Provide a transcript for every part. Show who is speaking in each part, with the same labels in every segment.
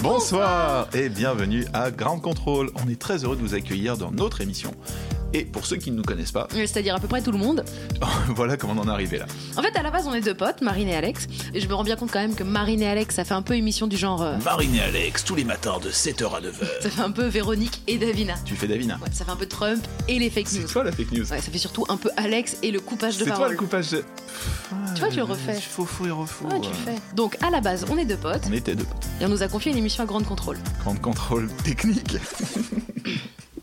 Speaker 1: Bonsoir et bienvenue à Ground Control. On est très heureux de vous accueillir dans notre émission. Et pour ceux qui ne nous connaissent pas,
Speaker 2: Euh, C'est-à-dire à peu près tout le monde.
Speaker 1: voilà comment on en est arrivé là.
Speaker 2: En fait, à la base, on est deux potes, Marine et Alex. Et je me rends bien compte quand même que Marine et Alex, ça fait un peu émission du genre. euh,
Speaker 1: Marine et Alex, tous les matins de 7h à 9h.
Speaker 2: ça fait un peu Véronique et Davina.
Speaker 1: Tu fais Davina.
Speaker 2: Ouais, ça fait un peu Trump et les fake
Speaker 1: C'est
Speaker 2: news.
Speaker 1: toi la fake news.
Speaker 2: Ouais, ça fait surtout un peu Alex et le coupage de
Speaker 1: C'est toi
Speaker 2: parole.
Speaker 1: le coupage de...
Speaker 2: Tu vois, tu le refais.
Speaker 1: Faux, faux et refaux.
Speaker 2: Ouais, tu le fais. Donc, à la base, on est deux potes
Speaker 1: On était de
Speaker 2: et on nous a confié une émission à grande contrôle.
Speaker 1: Grand Control technique.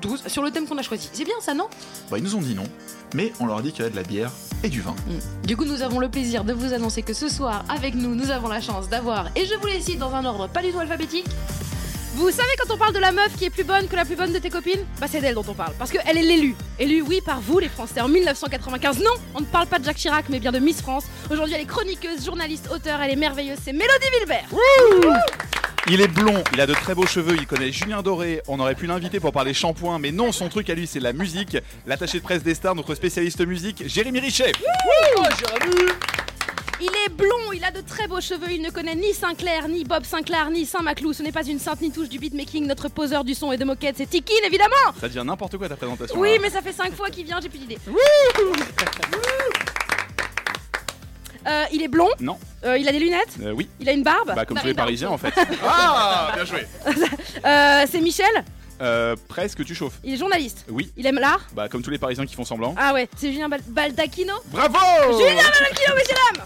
Speaker 2: 12, sur le thème qu'on a choisi. C'est bien ça, non
Speaker 1: Bah, ils nous ont dit non. Mais on leur a dit qu'il y a de la bière et du vin.
Speaker 2: Mm. Du coup, nous avons le plaisir de vous annoncer que ce soir, avec nous, nous avons la chance d'avoir, et je vous les cite dans un ordre pas du tout alphabétique. Vous savez quand on parle de la meuf qui est plus bonne que la plus bonne de tes copines Bah c'est d'elle dont on parle, parce qu'elle est l'élue. Élue, oui, par vous les Français, en 1995. Non, on ne parle pas de Jacques Chirac, mais bien de Miss France. Aujourd'hui, elle est chroniqueuse, journaliste, auteure, elle est merveilleuse, c'est Mélodie Wilbert.
Speaker 3: Il est blond, il a de très beaux cheveux, il connaît Julien Doré, on aurait pu l'inviter pour parler shampoing, mais non, son truc à lui c'est la musique. L'attaché de presse des stars, notre spécialiste musique, Jérémy Richet.
Speaker 2: Oh,
Speaker 4: Il est blond, il a de très beaux cheveux, il ne connaît ni Sinclair, ni Bob Sinclair, ni Saint-Maclou. Ce n'est pas une sainte ni touche du beatmaking, notre poseur du son et de moquette, c'est Tikin évidemment
Speaker 3: Ça devient n'importe quoi ta présentation. hein.
Speaker 4: Oui,
Speaker 3: là.
Speaker 4: mais ça fait cinq fois qu'il vient, j'ai plus d'idée. Euh, il est blond,
Speaker 3: Non,
Speaker 4: euh, il a des lunettes,
Speaker 3: Euh, oui.
Speaker 4: il a une barbe.
Speaker 3: Bah comme
Speaker 2: Non,
Speaker 3: tous les
Speaker 2: il a-
Speaker 3: Parisiens en fait. Ah, bien joué.
Speaker 4: Euh, c'est Michel,
Speaker 3: Euh, presque tu chauffes.
Speaker 4: il est journaliste.
Speaker 3: Oui.
Speaker 4: Il aime l'art.
Speaker 3: Bah comme tous les Parisiens qui font semblant.
Speaker 4: Ah ouais, c'est Julien Bal- Baldacchino.
Speaker 3: Bravo
Speaker 4: Julien Baldacchino, messieurs dames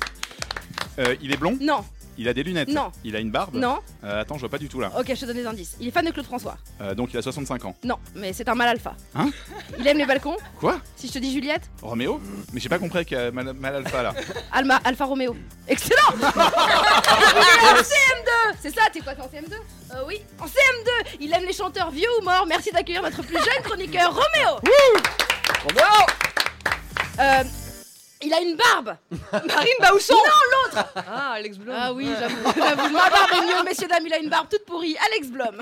Speaker 3: Euh, Il est blond,
Speaker 4: Non,
Speaker 3: il a des lunettes.
Speaker 4: Non.
Speaker 3: Il a une barbe.
Speaker 4: non,
Speaker 3: Euh, attends, je vois pas du tout là.
Speaker 4: ok, je te donne des indices. Il est fan de Claude François.
Speaker 3: Euh, donc il a 65 ans.
Speaker 4: Non, mais c'est un mal alpha.
Speaker 3: Hein
Speaker 4: Il aime les balcons.
Speaker 3: Quoi
Speaker 4: Si je te dis Juliette
Speaker 3: Roméo Mais j'ai pas compris avec euh, mal, Mal alpha là.
Speaker 4: Alma, Alfa Romeo. Excellent Il est en CM2 C'est ça, t'es quoi, t'es en CM2 Euh, oui, en CM2 Il aime les chanteurs vieux ou morts, merci d'accueillir notre plus jeune chroniqueur, Roméo Euh, Il a une barbe Marine Baousson Non, l'autre Ah, Alex Blom Ah oui, j'avoue, j'avoue, ma barbe est mieux, messieurs, dames, il a une barbe toute pourrie, Alex Blom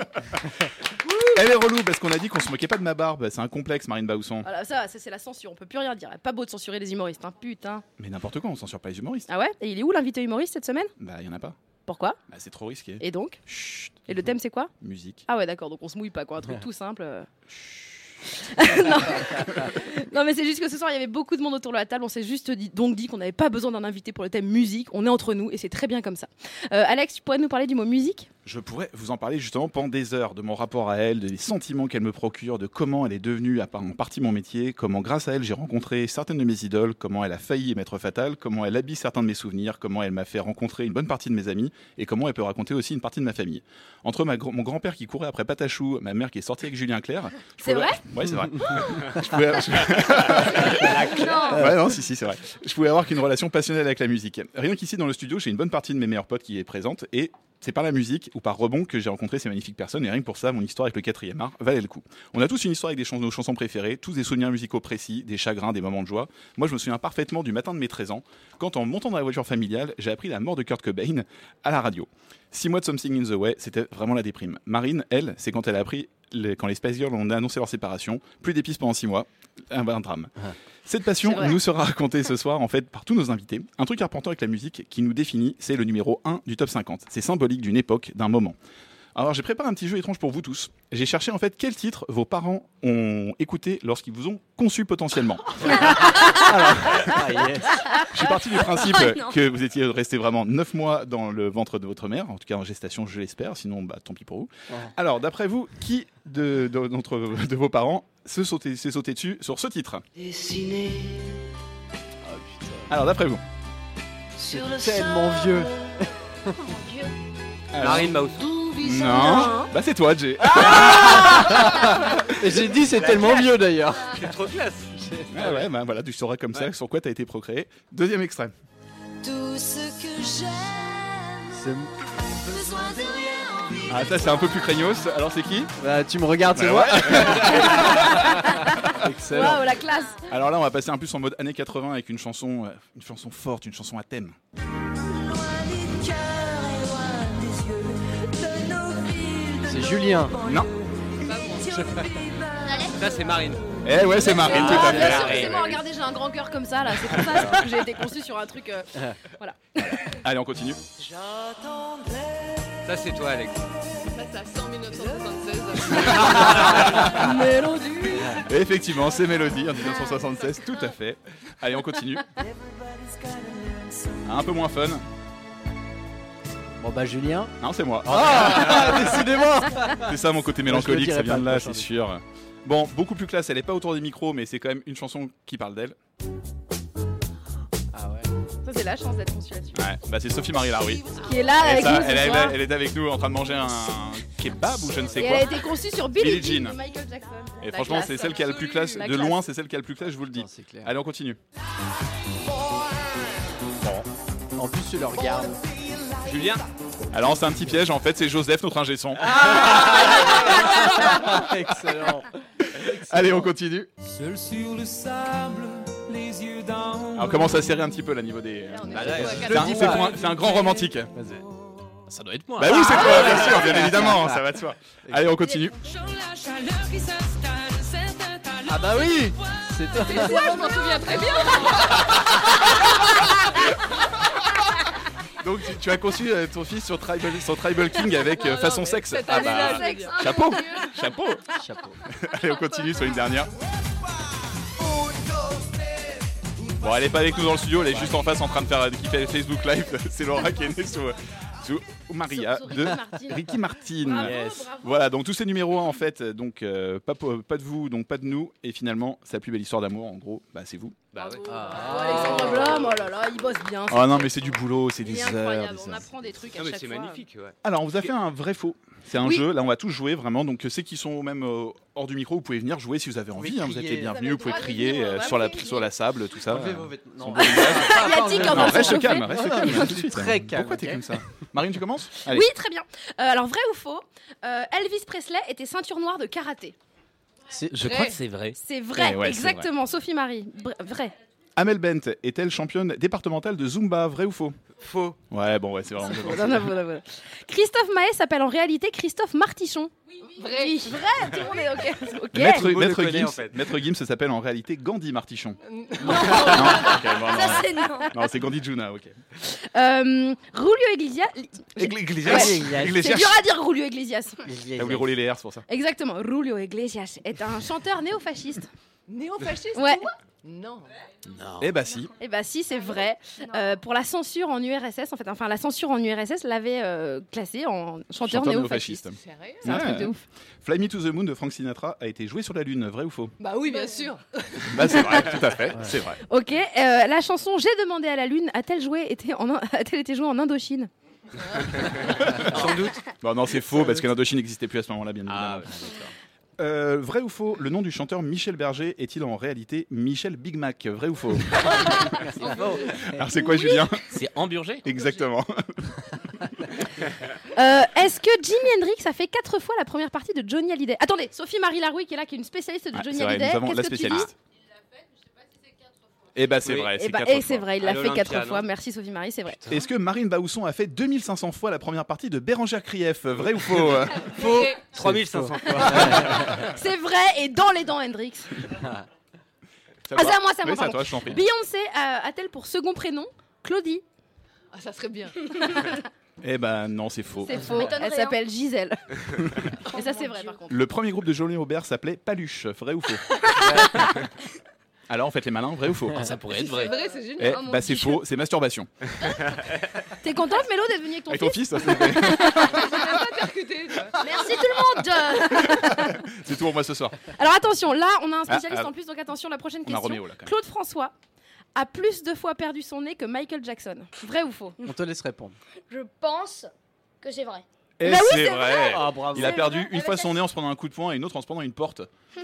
Speaker 3: Elle est relou parce qu'on a dit qu'on se moquait pas de ma barbe. C'est un complexe, Marine Baousson.
Speaker 4: Voilà, ça, ça, c'est la censure, on peut plus rien dire, pas beau de censurer les humoristes, hein, putain
Speaker 3: Mais n'importe quoi, on censure pas les humoristes.
Speaker 4: Ah ouais Et il est où l'invité humoriste cette semaine
Speaker 3: Bah, y en a pas.
Speaker 4: Pourquoi
Speaker 3: Bah, c'est trop risqué.
Speaker 4: Et donc
Speaker 3: Chut.
Speaker 4: Et le thème c'est quoi
Speaker 3: Musique.
Speaker 4: Ah ouais, d'accord, donc on se mouille pas, quoi. Un truc tout simple. euh. non. non, mais c'est juste que ce soir, il y avait beaucoup de monde autour de la table. On s'est juste dit, donc dit qu'on n'avait pas besoin d'un invité pour le thème musique. On est entre nous et c'est très bien comme ça. Euh, Alex, tu pourrais nous parler du mot musique
Speaker 3: Je pourrais vous en parler justement pendant des heures, de mon rapport à elle, des sentiments qu'elle me procure, de comment elle est devenue à part- en partie mon métier, comment grâce à elle j'ai rencontré certaines de mes idoles, comment elle a failli m'être fatale, comment elle habille certains de mes souvenirs, comment elle m'a fait rencontrer une bonne partie de mes amis et comment elle peut raconter aussi une partie de ma famille. Entre ma gr- mon grand-père qui courait après Patachou, ma mère qui est sortie avec Julien Clerc. je
Speaker 4: C'est
Speaker 3: pouvais- Ouais, c'est vrai. Je pouvais- je-
Speaker 4: Non
Speaker 3: Ouais, non, si, si, c'est vrai. Je pouvais avoir qu'une relation passionnelle avec la musique. Rien qu'ici, dans le studio, j'ai une bonne partie de mes meilleurs potes qui est présente et c'est par la musique ou par rebond que j'ai rencontré ces magnifiques personnes et rien que pour ça, mon histoire avec le quatrième art valait le coup. On a tous une histoire avec des chans- nos chansons préférées, tous des souvenirs musicaux précis, des chagrins, des moments de joie. Moi, je me souviens parfaitement du matin de mes 13 ans, quand en montant dans la voiture familiale, j'ai appris la mort de Kurt Cobain à la radio. Six mois de Something in the Way, c'était vraiment la déprime. Marine, elle, c'est quand elle a appris, les- quand les Spice Girls ont annoncé leur séparation, plus d'épices pendant six mois, un, un drame. Cette passion
Speaker 2: C'est vrai.
Speaker 3: nous sera racontée ce soir en fait par tous nos invités. Un truc important avec la musique qui nous définit, c'est le numéro 1 du top 50. C'est symbolique d'une époque, d'un moment. Alors j'ai préparé un petit jeu étrange pour vous tous. J'ai cherché en fait quel titre vos parents ont écouté lorsqu'ils vous ont conçu potentiellement.
Speaker 5: Ah, yes.
Speaker 3: Je suis parti du
Speaker 6: Ah,
Speaker 3: principe
Speaker 2: Oh, non.
Speaker 3: que vous étiez resté vraiment 9 mois dans le ventre de votre mère, en tout cas en gestation, je l'espère, sinon bah, tant pis pour vous.
Speaker 5: Oh.
Speaker 3: Alors, d'après vous, qui de, de, d'entre- de vos parents se sauté- s'est sauté dessus sur ce titre
Speaker 6: Dessiné
Speaker 5: Ah, putain.
Speaker 3: Alors, d'après vous
Speaker 6: sur le
Speaker 5: tellement
Speaker 6: sable.
Speaker 5: vieux.
Speaker 6: Oh mon Dieu.
Speaker 3: Alors,
Speaker 5: Marine Mouse.
Speaker 6: Doux visage.
Speaker 3: Non Bah, c'est toi, Jay.
Speaker 6: Ah
Speaker 5: Et J'ai dit c'est tellement vieux d'ailleurs.
Speaker 7: C'est trop classe.
Speaker 3: Ah ouais, bah, voilà, tu sauras comme ça sur quoi t'as été procréé. Deuxième extrait.
Speaker 6: Tout ce que j'aime.
Speaker 5: C'est-
Speaker 6: Besoin de rien. envie
Speaker 3: Ah, ça, c'est un peu plus craignos. Alors, c'est qui
Speaker 5: Bah, tu me regardes, tu
Speaker 3: Bah
Speaker 5: vois.
Speaker 4: Waouh,
Speaker 5: Excellent.
Speaker 4: la classe
Speaker 3: Alors là, on va passer un plus en mode années 80 avec une chanson, euh, une chanson forte, une chanson à thème.
Speaker 6: Loin du cœur et loin des yeux. De nos villes, de
Speaker 5: C'est
Speaker 6: nos
Speaker 5: Julien.
Speaker 6: banlieues.
Speaker 3: Non.
Speaker 6: Éthiopie, Valais.
Speaker 7: Ça, c'est Marine.
Speaker 3: Eh ouais, c'est
Speaker 4: C'est
Speaker 3: Marine,
Speaker 4: moi,
Speaker 3: tout
Speaker 2: Ah,
Speaker 3: à fait.
Speaker 4: bien sûr,
Speaker 7: Ouais,
Speaker 4: c'est
Speaker 7: ouais,
Speaker 4: moi,
Speaker 7: ouais.
Speaker 4: regardez, j'ai un grand cœur comme ça, là, c'est pour ça je pense que j'ai été conçue sur un truc... euh,
Speaker 3: Allez, on continue.
Speaker 6: J'attendais.
Speaker 7: Ça, c'est toi, Alex.
Speaker 4: Là, ça sent 1976. Mélodie
Speaker 3: Et Effectivement, c'est Mélodie en 1976, tout à fait. Allez, on continue.
Speaker 6: Everybody's gotta learn something.
Speaker 3: Un peu moins fun.
Speaker 5: Bon bah Julien.
Speaker 3: Non, c'est moi.
Speaker 5: Ah, décidément.
Speaker 3: C'est ça mon côté mélancolique,
Speaker 5: dirai
Speaker 3: ça
Speaker 5: pas
Speaker 3: vient de là,
Speaker 5: le
Speaker 3: c'est
Speaker 5: prochain
Speaker 3: sûr. Bon, beaucoup plus classe, elle est pas autour des micros, mais c'est quand même une chanson qui parle d'elle.
Speaker 5: Ah ouais.
Speaker 4: Ça, c'est la chance d'être conçue là-dessus.
Speaker 3: Ouais, bah c'est Sophie Marie Laroui.
Speaker 4: Qui est là
Speaker 3: Et
Speaker 4: avec
Speaker 3: ça,
Speaker 4: nous ce
Speaker 3: elle, elle-
Speaker 4: soir.
Speaker 3: elle est avec nous en train de manger un kebab ou je ne sais
Speaker 4: Et elle a
Speaker 3: quoi.
Speaker 4: été conçue sur Billie,
Speaker 3: Billie
Speaker 4: Jean,
Speaker 3: Jean.
Speaker 4: de Michael Jackson.
Speaker 3: Et
Speaker 4: La
Speaker 3: franchement,
Speaker 4: classe.
Speaker 3: c'est celle qui a le plus classe.
Speaker 4: La
Speaker 3: De loin, c'est celle qui a le plus classe, je vous le dis.
Speaker 5: Non, c'est clair.
Speaker 3: Allez, on continue.
Speaker 5: En plus tu le regardes.
Speaker 7: Julien
Speaker 3: Alors, c'est un petit piège, en fait, c'est Joseph, notre ingé son.
Speaker 5: Excellent.
Speaker 3: Allez, on continue.
Speaker 8: Seul sur le sable, les yeux dans
Speaker 3: Alors, on commence à serrer un petit peu là, niveau des.
Speaker 4: Là, on est
Speaker 7: Bah,
Speaker 4: surtout
Speaker 7: là,
Speaker 4: à
Speaker 7: je
Speaker 4: quatre-
Speaker 3: C'est un- c'est pour un- c'est un grand romantique.
Speaker 5: Vas-y.
Speaker 7: Ça doit être moi.
Speaker 3: Bah oui, c'est toi, bien sûr, bien évidemment, ça va de soi. Allez, on continue.
Speaker 5: Ah bah oui. C'était.
Speaker 4: C'est ça, je m'en souviens très bien.
Speaker 3: Donc, tu, tu as conçu euh, ton fils sur Tribal, sur Tribal King avec euh, façon sexe.
Speaker 4: Cette
Speaker 3: Ah
Speaker 4: année-là,
Speaker 3: bah,
Speaker 4: je veux dire.
Speaker 3: chapeau, chapeau.
Speaker 5: Chapeau.
Speaker 3: Allez, on continue sur une dernière. Bon, elle est pas avec nous dans le studio, elle est juste en face en train de faire euh, qui fait Facebook Live. C'est Laura qui est née sous, sous Maria
Speaker 4: Sur- sur
Speaker 3: de
Speaker 4: Ricky Martin.
Speaker 3: Ricky Martin.
Speaker 4: Bravo,
Speaker 5: Yes.
Speaker 4: bravo.
Speaker 3: Voilà, donc tous ces numéros 1 en fait, donc euh, pas, pour- pas de vous, donc pas de nous, et finalement sa plus belle histoire d'amour, en gros, bah c'est vous.
Speaker 7: Bah oui.
Speaker 4: Oh, Alexandre Blum, oh là là, il bosse bien.
Speaker 3: Oh non, mais c'est du boulot, c'est
Speaker 4: Il
Speaker 3: des
Speaker 4: est
Speaker 3: heures.
Speaker 4: incroyable, on apprend des trucs à
Speaker 7: Non, mais
Speaker 4: chaque
Speaker 7: c'est
Speaker 4: fois.
Speaker 7: magnifique, ouais.
Speaker 3: Ah, Alors, on vous a fait un vrai faux. C'est un
Speaker 4: Oui.
Speaker 3: jeu, là on va tous jouer vraiment, donc euh, ceux qui sont même euh, hors du micro, vous pouvez venir jouer si vous avez
Speaker 5: pouvez
Speaker 3: envie, hein, vous êtes les
Speaker 5: crier.
Speaker 3: bienvenus, vous
Speaker 4: Vous avez le
Speaker 3: pouvez
Speaker 4: droit de
Speaker 3: crier
Speaker 4: venir,
Speaker 3: euh,
Speaker 4: on va
Speaker 3: sur, la,
Speaker 4: crier.
Speaker 3: sur la sable, tout ça.
Speaker 5: Enlevez
Speaker 3: euh,
Speaker 5: vos vêtements.
Speaker 3: son
Speaker 5: Non.
Speaker 3: beau visage.
Speaker 4: Il y a Tic en
Speaker 3: Non,
Speaker 4: mode
Speaker 3: reste
Speaker 4: surchauffé.
Speaker 3: calme, reste calme. tout de suite.
Speaker 5: Très calme,
Speaker 3: Pourquoi t'es
Speaker 5: ok.
Speaker 3: comme ça Marine, tu commences Allez.
Speaker 4: Oui, très bien. Euh, alors, vrai ou faux euh, Elvis Presley était ceinture noire de karaté.
Speaker 7: Je
Speaker 4: crois que
Speaker 7: c'est vrai.
Speaker 4: C'est vrai,
Speaker 3: Eh ouais, c'est
Speaker 4: exactement. Sophie Marie, Br- vrai.
Speaker 3: Amel Bent est-elle championne départementale de Zumba, vrai ou faux
Speaker 7: Faux.
Speaker 3: Ouais, bon, ouais, c'est vraiment.
Speaker 4: Non, non, non, non, non. Christophe Mahé s'appelle en réalité Christophe Martichon. vrai. Vrai, tout le monde est ok. Ok.
Speaker 3: Maître,
Speaker 7: Tout le monde le
Speaker 3: Maître
Speaker 7: connaît,
Speaker 3: Gims,
Speaker 7: en fait.
Speaker 3: Maître Gims s'appelle en réalité Gandhi Martichon.
Speaker 4: Euh, Non.
Speaker 3: Non, ok, bon, non,
Speaker 2: c'est non.
Speaker 3: non, c'est Gandhi Juna, ok.
Speaker 4: Euh, Rulio Iglesias.
Speaker 3: Iglesias,
Speaker 5: Ouais.
Speaker 4: C'est
Speaker 3: Iglesias. Ah
Speaker 4: dur à dire Rulio Iglesias.
Speaker 3: T'as voulu rouler les airs, c'est pour ça.
Speaker 4: Exactement. Rulio Iglesias est un chanteur néofasciste.
Speaker 2: Néo-fasciste
Speaker 4: Ouais.
Speaker 2: toi Non.
Speaker 3: Eh bah si.
Speaker 4: Eh ben si,
Speaker 2: Ah
Speaker 4: c'est vrai. Euh, pour la censure en URSS, en fait, enfin la censure en URSS l'avait euh, classé en chanteur,
Speaker 3: Chanteur
Speaker 4: néofasciste.
Speaker 3: néofasciste.
Speaker 2: Sérieux
Speaker 4: C'est un truc de
Speaker 3: Ouais.
Speaker 4: ouf.
Speaker 3: Fly Me to the Moon de Frank Sinatra a été joué sur la Lune, vrai ou faux
Speaker 2: Bah oui, bien sûr.
Speaker 3: Bah c'est vrai, tout à fait, c'est vrai.
Speaker 4: Ok. euh, la chanson J'ai demandé à la lune a-t-elle joué été en Ind- a-t-elle été jouée en Indochine
Speaker 7: Sans doute.
Speaker 3: Bon Bah non, c'est faux parce que l'Indochine n'existait plus à ce moment-là, bien évidemment.
Speaker 7: Ah, ouais, d'accord.
Speaker 3: Euh, vrai ou faux Le nom du chanteur Michel Berger est-il en réalité Michel Big Mac Vrai ou faux Alors c'est quoi Julien
Speaker 7: C'est Amburgé
Speaker 3: Exactement.
Speaker 4: Euh, Est-ce que Jimi Hendrix a fait quatre fois la première partie de Johnny Hallyday Attendez, Sophie Marie Laroui qui est là, qui est une spécialiste de
Speaker 3: Ah,
Speaker 4: Johnny
Speaker 3: c'est vrai,
Speaker 4: Hallyday.
Speaker 3: nous avons la
Speaker 4: Qu'est-ce que tu dis
Speaker 3: spécialiste. Eh bah c'est
Speaker 7: Oui.
Speaker 3: vrai,
Speaker 4: Eh
Speaker 3: c'est
Speaker 4: ben,
Speaker 3: quatre
Speaker 4: Et
Speaker 3: fois.
Speaker 4: c'est vrai, il
Speaker 7: À
Speaker 4: l'a fait quatre
Speaker 7: l'Olympia,
Speaker 4: fois.
Speaker 7: non
Speaker 4: Merci Sophie Marie, c'est vrai.
Speaker 3: Est-ce que Marine Baousson a fait 2500 fois la première partie de Bérangère Krief Vrai ou faux
Speaker 7: Faux. 3500 fois.
Speaker 4: C'est vrai et dans les dents Hendrix.
Speaker 3: Ça
Speaker 4: Ah,
Speaker 3: va.
Speaker 4: c'est à moi, c'est à moi.
Speaker 3: Oui, c'est à
Speaker 4: pardon.
Speaker 3: toi, je t'en prie.
Speaker 4: Beyoncé euh, a-t-elle pour second prénom Claudie
Speaker 2: Ah, ça serait bien.
Speaker 3: Eh ben non, c'est faux.
Speaker 4: C'est faux.
Speaker 2: m'étonnerait,
Speaker 4: Elle
Speaker 9: hein.
Speaker 4: s'appelle Gisèle. Et ça, c'est vrai, par contre.
Speaker 3: Le premier groupe de Jolien Aubert s'appelait Paluche, vrai ou faux Alors, en fait, les malins, vrai ou faux
Speaker 7: Ça pourrait être vrai.
Speaker 2: C'est vrai, c'est
Speaker 3: Eh,
Speaker 2: génial. Oh, mon
Speaker 3: bah c'est
Speaker 2: Dieu.
Speaker 3: faux, c'est masturbation.
Speaker 4: T'es contente, Mélo, d'être venue avec ton
Speaker 3: Avec
Speaker 4: fils
Speaker 3: ton fils, ça,
Speaker 4: Merci tout le monde
Speaker 3: c'est tout pour moi ce soir.
Speaker 4: Alors attention, là, on a un spécialiste
Speaker 3: ah.
Speaker 4: en plus, donc attention, la prochaine
Speaker 3: On a
Speaker 4: question.
Speaker 3: Roméo là quand même.
Speaker 4: Claude François a plus de fois perdu son nez que Michael Jackson. Vrai ou faux
Speaker 5: On te laisse répondre.
Speaker 9: Je pense que c'est vrai.
Speaker 3: Et
Speaker 4: Bah oui,
Speaker 3: Eh, c'est
Speaker 4: c'est
Speaker 3: vrai.
Speaker 5: Ah, bravo.
Speaker 3: Il a
Speaker 9: C'est
Speaker 3: perdu
Speaker 9: vrai.
Speaker 3: une
Speaker 9: Ah,
Speaker 3: fois
Speaker 9: bah,
Speaker 3: son nez en se prenant un coup de poing et une autre en se prenant une porte.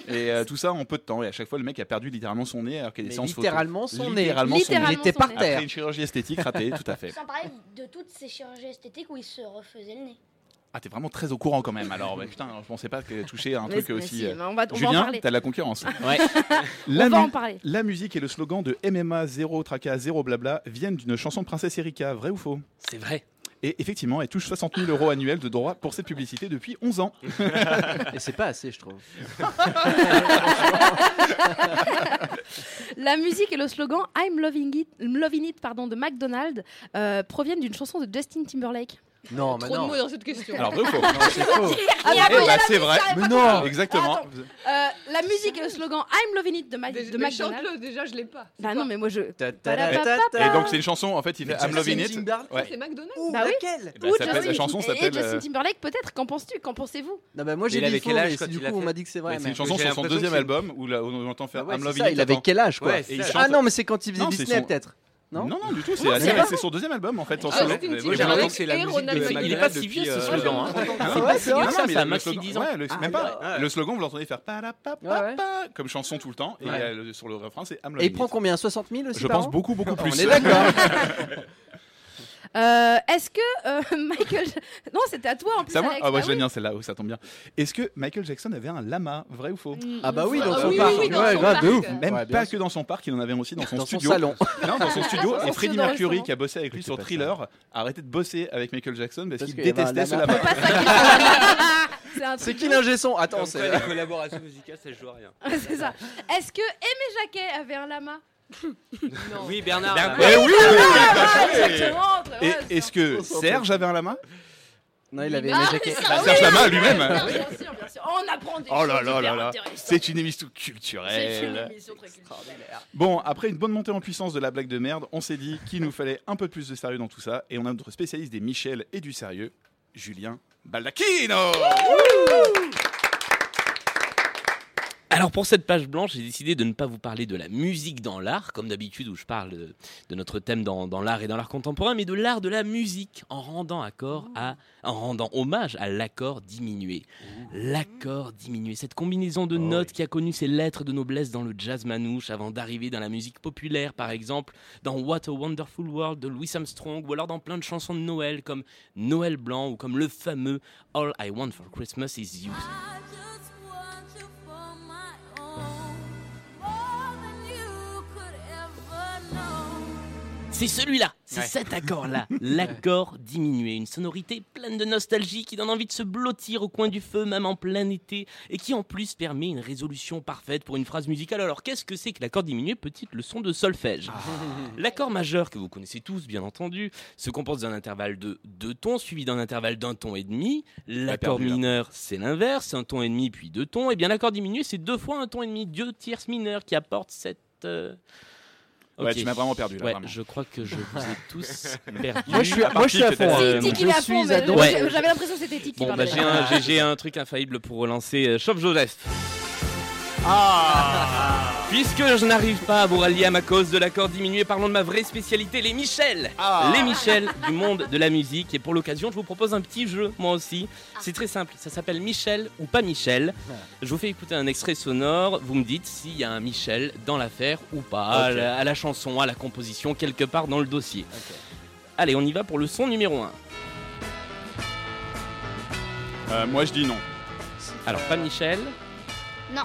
Speaker 3: Et euh, tout ça en peu de temps. Et à chaque fois, le mec a perdu littéralement son nez alors qu'il est
Speaker 5: Mais
Speaker 3: séances photo.
Speaker 5: littéralement son nez.
Speaker 3: Littéralement son nez.
Speaker 5: Il était
Speaker 4: Littéralement
Speaker 5: par
Speaker 4: son nez.
Speaker 5: terre.
Speaker 3: Après une chirurgie esthétique ratée, tout à fait.
Speaker 9: Sans parler de toutes ces chirurgies esthétiques où ils se refaisaient le nez.
Speaker 3: Ah, t'es vraiment très au courant quand même. Alors, ouais, putain, je pensais pas que toucher un
Speaker 4: Mais-
Speaker 3: truc
Speaker 4: mais
Speaker 3: aussi.
Speaker 4: si,
Speaker 3: euh,
Speaker 4: mais on va, on va en
Speaker 3: Julien,
Speaker 4: parler.
Speaker 3: t'as de la concurrence.
Speaker 7: Ouais.
Speaker 3: La
Speaker 4: on va
Speaker 3: mu-
Speaker 4: en parler.
Speaker 3: La musique et le slogan de MMA 0 tracas 0 blabla viennent d'une chanson de Princesse Erika, vrai ou faux
Speaker 7: C'est vrai.
Speaker 3: Et effectivement, elle touche 60 000 euros annuels de droits pour cette publicité depuis 11 ans.
Speaker 5: Et c'est pas assez, je trouve.
Speaker 4: La musique et le slogan I'm loving it, loving it pardon, de McDonald's euh, proviennent d'une chanson de Justin Timberlake.
Speaker 5: Non, mais
Speaker 2: Trop de
Speaker 5: non.
Speaker 2: mots dans cette question.
Speaker 3: Alors vrai ou faux
Speaker 5: Non, c'est faux.
Speaker 4: Ah,
Speaker 3: Eh bah, c'est vrai.
Speaker 5: Mais non.
Speaker 3: Exactement.
Speaker 4: Attends. Euh, la musique et le slogan I'm loving it de, Ma-
Speaker 2: Dé-
Speaker 4: de
Speaker 2: mais
Speaker 4: McDonald's.
Speaker 2: Chante-le, déjà, je l'ai pas. C'est
Speaker 4: Bah
Speaker 2: quoi
Speaker 4: non, mais moi je.
Speaker 5: Ta- ta- ta- ta- ta-
Speaker 4: Ba-da-ba-ba-ba.
Speaker 3: Et donc c'est une chanson en fait, il fait I'm
Speaker 5: Justin
Speaker 3: loving it.
Speaker 5: Timberlake.
Speaker 3: Ouais.
Speaker 2: C'est McDonald's
Speaker 5: Ouh,
Speaker 4: Bah oui.
Speaker 5: laquelle
Speaker 3: Eh ben,
Speaker 4: Ou
Speaker 3: ça s'appelle- la
Speaker 4: Justin-
Speaker 3: chanson
Speaker 4: et
Speaker 3: s'appelle
Speaker 4: Justin
Speaker 3: euh,
Speaker 4: Timberlake, peut-être. Qu'en penses-tu Qu'en pensez-vous
Speaker 5: Non, bah moi
Speaker 7: Mais
Speaker 5: j'ai
Speaker 7: il
Speaker 5: dit
Speaker 7: avait
Speaker 5: faux,
Speaker 7: quel âge
Speaker 5: mais
Speaker 7: quand
Speaker 5: du
Speaker 7: il l'a
Speaker 5: coup on
Speaker 7: fait
Speaker 5: m'a dit que c'est vrai.
Speaker 3: ouais, c'est
Speaker 5: mais-
Speaker 3: une chanson
Speaker 7: J'ai
Speaker 3: sur son
Speaker 7: l'impression
Speaker 3: deuxième
Speaker 7: que c'est-
Speaker 3: album où là, on entend faire
Speaker 5: Ah ouais,
Speaker 3: I'm
Speaker 5: c'est
Speaker 3: loving
Speaker 5: ça,
Speaker 3: it.
Speaker 5: il avait
Speaker 3: attends.
Speaker 5: quel âge quoi
Speaker 7: Ouais, c'est
Speaker 3: Et il
Speaker 7: ça.
Speaker 3: chante-
Speaker 5: Ah non, mais c'est quand il faisait
Speaker 3: Non, c'est
Speaker 5: Disney
Speaker 3: son-
Speaker 5: peut-être. Non
Speaker 3: non, non, du tout, c'est
Speaker 2: Non, c'est
Speaker 3: c'est-
Speaker 2: pas-
Speaker 3: c'est son deuxième album en fait en
Speaker 2: Ah,
Speaker 3: solo.
Speaker 2: Justin
Speaker 3: Ouais,
Speaker 2: Timberlake.
Speaker 3: je l'entends-
Speaker 2: Avec et Ronald McDonald
Speaker 7: Il est pas si
Speaker 2: depuis,
Speaker 7: vieux ce
Speaker 2: euh,
Speaker 7: slogan. hein.
Speaker 5: Ah ouais, c'est vrai.
Speaker 7: Ah, ça,
Speaker 3: mais
Speaker 7: ça a
Speaker 3: le- le
Speaker 7: maxi
Speaker 3: slogan-
Speaker 7: 10 ans.
Speaker 3: ouais, le,
Speaker 5: Ah,
Speaker 3: même pas.
Speaker 5: ouais.
Speaker 3: Le slogan, vous l'entendez faire pa, la, pa, pa,
Speaker 5: Ouais, ouais.
Speaker 3: pa, comme chanson tout le temps. Et
Speaker 5: Ouais.
Speaker 3: euh, le- sur le refrain, c'est
Speaker 5: Et
Speaker 3: I'm loving
Speaker 5: il prend
Speaker 3: it.
Speaker 5: combien 60 000 aussi
Speaker 3: Je
Speaker 5: par
Speaker 3: pense
Speaker 5: an
Speaker 3: beaucoup, beaucoup plus.
Speaker 5: On est d'accord.
Speaker 4: Euh, Est-ce que euh, Michael. Non, c'était à toi en plus.
Speaker 3: Ça moi
Speaker 4: Alex.
Speaker 3: Ah
Speaker 4: Bah
Speaker 3: ouais, je
Speaker 4: oui.
Speaker 3: l'aime bien celle-là, oh, ça tombe bien. Est-ce que Michael Jackson avait un lama, vrai ou faux
Speaker 5: Ah bah oui, dans
Speaker 2: Ah
Speaker 5: son
Speaker 2: oui,
Speaker 5: parc.
Speaker 2: oui, oui, dans
Speaker 5: Ouais,
Speaker 2: son
Speaker 5: grave, de
Speaker 2: parc.
Speaker 5: ouf.
Speaker 3: Même
Speaker 5: Ouais, bien
Speaker 3: pas
Speaker 5: sûr.
Speaker 3: que dans son parc, il en avait aussi dans son
Speaker 5: dans son
Speaker 3: studio.
Speaker 5: salon.
Speaker 3: Non, dans son studio.
Speaker 4: Dans
Speaker 3: et
Speaker 4: son
Speaker 3: Freddie
Speaker 4: studio
Speaker 3: Mercury,
Speaker 4: restaurant.
Speaker 3: qui a bossé avec lui sur Thriller, a arrêté de bosser avec Michael Jackson parce,
Speaker 5: Parce
Speaker 3: qu'il
Speaker 5: qu'il y avait un
Speaker 3: détestait ce
Speaker 5: lama.
Speaker 3: lama.
Speaker 4: C'est un
Speaker 5: C'est
Speaker 4: truc
Speaker 5: qui l'ingé son Attends,
Speaker 7: Comme quoi,
Speaker 5: c'est
Speaker 7: les collaborations musicales, ça se joue à rien.
Speaker 4: de- C'est ça. Est-ce que Aimé Jacquet avait un lama
Speaker 2: Non.
Speaker 7: Oui, Bernard.
Speaker 3: Bernard.
Speaker 7: là.
Speaker 3: Eh oui
Speaker 4: Ah, exactement. très-
Speaker 3: Et
Speaker 4: ouais, c'est
Speaker 3: est-ce
Speaker 4: un-
Speaker 3: que Serge avait un lama
Speaker 5: Non, il avait
Speaker 4: Ah,
Speaker 5: aimé Jacquet.
Speaker 4: c'est
Speaker 3: Bah,
Speaker 4: ça,
Speaker 3: Serge
Speaker 4: oui,
Speaker 3: Lama
Speaker 4: oui,
Speaker 3: lui-même.
Speaker 4: oui, Bien sûr, bien sûr. On apprend des
Speaker 3: Oh
Speaker 4: choses.
Speaker 3: là là
Speaker 4: hyper
Speaker 3: là là.
Speaker 4: intéressantes.
Speaker 3: C'est une émission
Speaker 4: C'est une
Speaker 3: culturelle.
Speaker 4: émission très culturelle.
Speaker 3: Bon, après une bonne montée en puissance de la blague de merde, on s'est dit qu'il nous fallait un peu plus de sérieux dans tout ça. Et on a notre spécialiste des Michel et du sérieux, Julien Baldacchino
Speaker 7: Alors pour cette page blanche, j'ai décidé de ne pas vous parler de la musique dans l'art, comme d'habitude où je parle de, de notre thème dans, dans l'art et dans l'art contemporain, mais de l'art de la musique, en rendant, accord à, en rendant hommage à l'accord diminué. L'accord diminué, cette combinaison de notes qui a connu ses lettres de noblesse dans le jazz manouche, avant d'arriver dans la musique populaire, par exemple dans What a Wonderful World de Louis Armstrong, ou alors dans plein de chansons de Noël, comme Noël Blanc, ou comme le fameux All I Want for Christmas is You.
Speaker 6: I just want you for my own, more than you could ever know.
Speaker 7: C'est celui-là, c'est
Speaker 5: Ouais.
Speaker 7: cet accord-là, l'accord diminué, une sonorité pleine de nostalgie qui donne envie de se blottir au coin du feu même en plein été et qui en plus permet une résolution parfaite pour une phrase musicale. Alors qu'est-ce que c'est que l'accord diminué Petite leçon de solfège. L'accord majeur que vous connaissez tous bien entendu se compose d'un intervalle de deux tons suivi d'un intervalle d'un ton et demi. L'accord
Speaker 3: perdu, là.
Speaker 7: mineur c'est l'inverse, un ton et demi puis deux tons. Et bien l'accord diminué c'est deux fois un ton et demi, deux tierces mineures qui apportent cette... euh,
Speaker 3: Ouais,
Speaker 7: ok.
Speaker 3: tu m'as vraiment perdu là.
Speaker 7: Ouais,
Speaker 3: vraiment.
Speaker 7: je crois que je vous ai tous perdu.
Speaker 5: Moi, je suis à- moi, je suis à fond,
Speaker 7: Euh,
Speaker 5: hein.
Speaker 7: mon
Speaker 4: Tiki l'a fond,
Speaker 5: suis
Speaker 4: mais
Speaker 5: adoré.
Speaker 4: j'avais j'avais l'impression que c'était Tiki. qui
Speaker 7: Bon, bah,
Speaker 4: parlait.
Speaker 7: j'ai un, j'ai- j'ai un truc infaillible pour relancer euh, Chauve Joseph. Ah Puisque je n'arrive pas à vous rallier à ma cause de l'accord diminué, parlons de ma vraie spécialité, les Michel
Speaker 3: Ah.
Speaker 7: Les Michel du monde de la musique. Et pour l'occasion, je vous propose un petit jeu, moi aussi. C'est très simple, ça s'appelle Michel ou pas Michel. Je vous fais écouter un extrait sonore, vous me dites s'il y a un Michel dans l'affaire ou pas, à,
Speaker 5: Ok.
Speaker 7: la, à la chanson, à la composition, quelque part dans le dossier. Allez, on y va pour le son numéro 1.
Speaker 3: Euh, moi je dis non.
Speaker 7: Alors, pas Michel
Speaker 9: Non.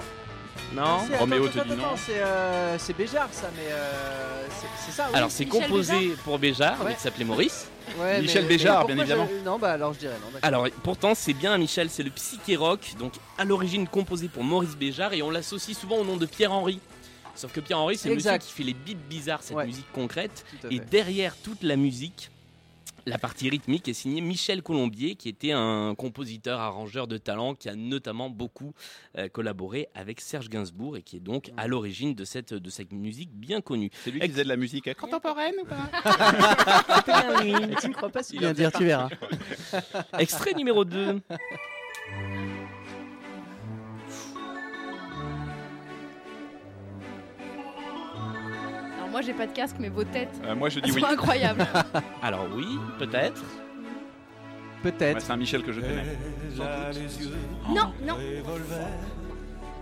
Speaker 7: Non
Speaker 5: C'est-
Speaker 3: Roméo
Speaker 5: attends,
Speaker 3: te
Speaker 5: attends,
Speaker 3: dit
Speaker 5: attends,
Speaker 3: non.
Speaker 5: C'est euh, c'est Béjart ça, mais euh, c'est c'est ça. oui.
Speaker 7: Alors, c'est
Speaker 4: Michel
Speaker 7: composé pour Béjart, mais
Speaker 5: Ouais.
Speaker 7: qui s'appelait Maurice.
Speaker 5: Ouais,
Speaker 3: Michel
Speaker 5: mais- mais
Speaker 3: Béjart,
Speaker 5: pourquoi
Speaker 3: bien
Speaker 5: je-
Speaker 3: évidemment.
Speaker 5: Non, bah alors je dirais non. d'accord.
Speaker 7: Alors, pourtant, c'est bien un Michel, c'est le psyché rock, donc à l'origine composé pour Maurice Béjart, et on l'associe souvent au nom de Pierre-Henri. Sauf que Pierre-Henri, c'est le monsieur
Speaker 5: Exact.
Speaker 7: qui fait les beats bizarres, cette
Speaker 5: Ouais.
Speaker 7: musique concrète.
Speaker 5: Tout à
Speaker 7: Et
Speaker 5: fait.
Speaker 7: derrière toute la musique, La partie rythmique est signée Michel Colombier, qui était un compositeur arrangeur de talent qui a notamment beaucoup euh, collaboré avec Serge Gainsbourg et qui est donc à l'origine de cette, de cette musique bien connue.
Speaker 3: C'est lui qui faisait de la musique contemporaine ou pas
Speaker 5: Ah tu ne crois pas ce qu'il
Speaker 7: Il
Speaker 5: vient
Speaker 7: en
Speaker 5: de dire,
Speaker 7: fait
Speaker 5: tu verras.
Speaker 7: Extrait numéro 2.
Speaker 4: Alors moi j'ai pas de casque, mais vos têtes
Speaker 3: Euh, Moi je dis
Speaker 4: elles
Speaker 3: oui.
Speaker 4: sont incroyables.
Speaker 7: Alors oui, peut-être.
Speaker 3: Ouais,
Speaker 5: Peut-être.
Speaker 3: Bah, C'est un Michel que je connais.
Speaker 9: Non, non,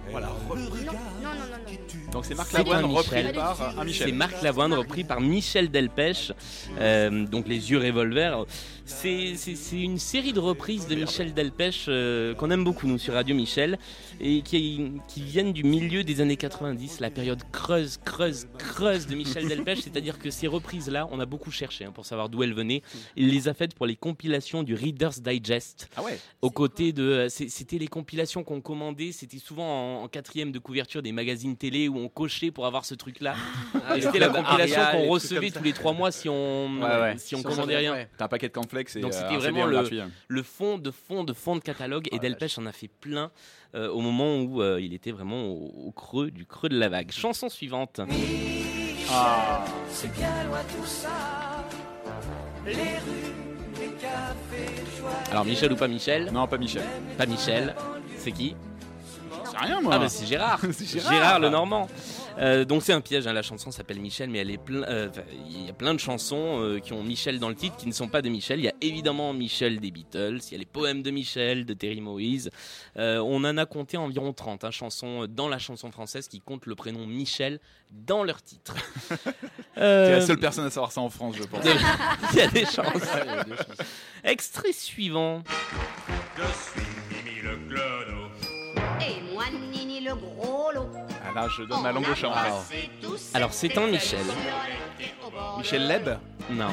Speaker 3: Voilà.
Speaker 9: non, non, non, non, non.
Speaker 3: Donc c'est Marc
Speaker 7: C'est
Speaker 3: Lavoine
Speaker 7: un
Speaker 3: repris
Speaker 7: Michel.
Speaker 3: par euh, un
Speaker 7: C'est
Speaker 3: Michel.
Speaker 7: Marc Lavoine repris par Michel Delpech, euh, donc Les Yeux Revolver. C'est c'est- c'est une série de reprises de Michel Delpech euh, qu'on aime beaucoup nous sur Radio Michel et qui, qui viennent du milieu des années 90, la période creuse, creuse, creuse de Michel Delpech. C'est-à-dire que ces reprises-là, on a beaucoup cherché hein, pour savoir d'où elles venaient. Il les a faites pour les compilations du Reader's Digest.
Speaker 3: Ah ouais.
Speaker 7: Aux côtés de, euh, c'est- c'était les compilations qu'on commandait, c'était souvent en, en quatrième de couverture des magazines télé où on cochait pour avoir ce truc-là. Et c'était la compilation qu'on recevait tous les trois mois si on
Speaker 3: Ouais, ouais.
Speaker 7: si on
Speaker 5: Sur
Speaker 7: commandait
Speaker 5: ça,
Speaker 7: rien.
Speaker 5: ouais.
Speaker 3: T'as un paquet de cornflakes et euh,
Speaker 7: Donc, c'était
Speaker 3: un CD
Speaker 7: vraiment
Speaker 3: en
Speaker 7: le-
Speaker 3: gratuit.
Speaker 7: Le fond de fond de fond de catalogue
Speaker 3: Ah,
Speaker 7: et Delpech en a fait plein euh, au moment où euh, il était vraiment au, au creux du creux de la vague. Chanson suivante.
Speaker 8: Ah.
Speaker 3: Ah.
Speaker 8: C'est bien loin tout ça. Les rues, les cafés, joyeux.
Speaker 7: Alors Michel ou pas Michel
Speaker 3: Non, pas Michel.
Speaker 7: Pas Michel. C'est qui
Speaker 3: C'est rien
Speaker 7: Ah
Speaker 3: moi.
Speaker 7: bah c'est Gérard.
Speaker 3: C'est
Speaker 7: Gérard. le Normand. Euh, donc c'est un piège. hein. La chanson s'appelle Michel, mais elle est plein. euh, enfin, Il y a plein de chansons euh, qui ont Michel dans le titre, qui ne sont pas de Michel. Il y a évidemment Michel des Beatles. Il y a les poèmes de Michel, de Terry Moïse. Euh, on en a compté environ 30 hein, chansons euh, dans la chanson française qui comptent le prénom Michel dans leur titre.
Speaker 3: T'es
Speaker 7: Euh,
Speaker 3: la seule personne à savoir ça en France, je pense.
Speaker 7: Il y a des chances. Extrait suivant.
Speaker 6: Et moi, Nini le gros lot.
Speaker 3: Ah là, je
Speaker 8: Oh,
Speaker 3: donne ma langue au chat en fait.
Speaker 7: Alors, c'est un Michel.
Speaker 3: Michel Leb Euh.
Speaker 7: Non.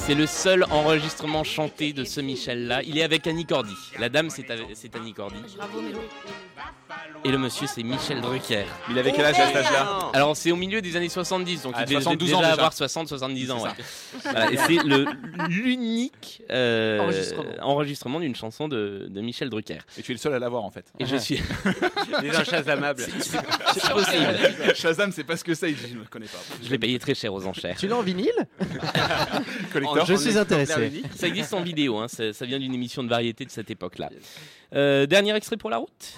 Speaker 7: C'est le seul enregistrement chanté de ce Michel-là. Il est avec Annie Cordy. La dame, c'est avec- c'est Annie Cordy.
Speaker 4: Bravo Mélo.
Speaker 7: Et le monsieur, c'est Michel
Speaker 3: Mais
Speaker 7: Drucker.
Speaker 3: Il avait quel âge à cet âge-là
Speaker 7: Alors, c'est au milieu des années 70, donc
Speaker 3: Ah,
Speaker 7: il devait
Speaker 3: 72
Speaker 7: déjà
Speaker 3: ans déjà.
Speaker 7: avoir 60-70 ans.
Speaker 3: C'est
Speaker 7: ouais. Voilà, Euh, et c'est le- l'unique euh,
Speaker 5: Enregistrement.
Speaker 7: enregistrement d'une chanson de, de Michel Drucker.
Speaker 3: Et tu es le seul à l'avoir en fait.
Speaker 7: Et je suis
Speaker 10: Déjà chasamable.
Speaker 7: c'est possible.
Speaker 3: Shazam, c'est pas ce que c'est, je ne le connais pas.
Speaker 7: Je l'ai payé très cher aux enchères.
Speaker 5: Tu l'as en vinyle
Speaker 3: Collector
Speaker 5: Je suis intéressé.
Speaker 7: Ça existe en vidéo, hein, ça, ça vient d'une émission de variété de cette époque-là. Euh, dernier extrait pour la route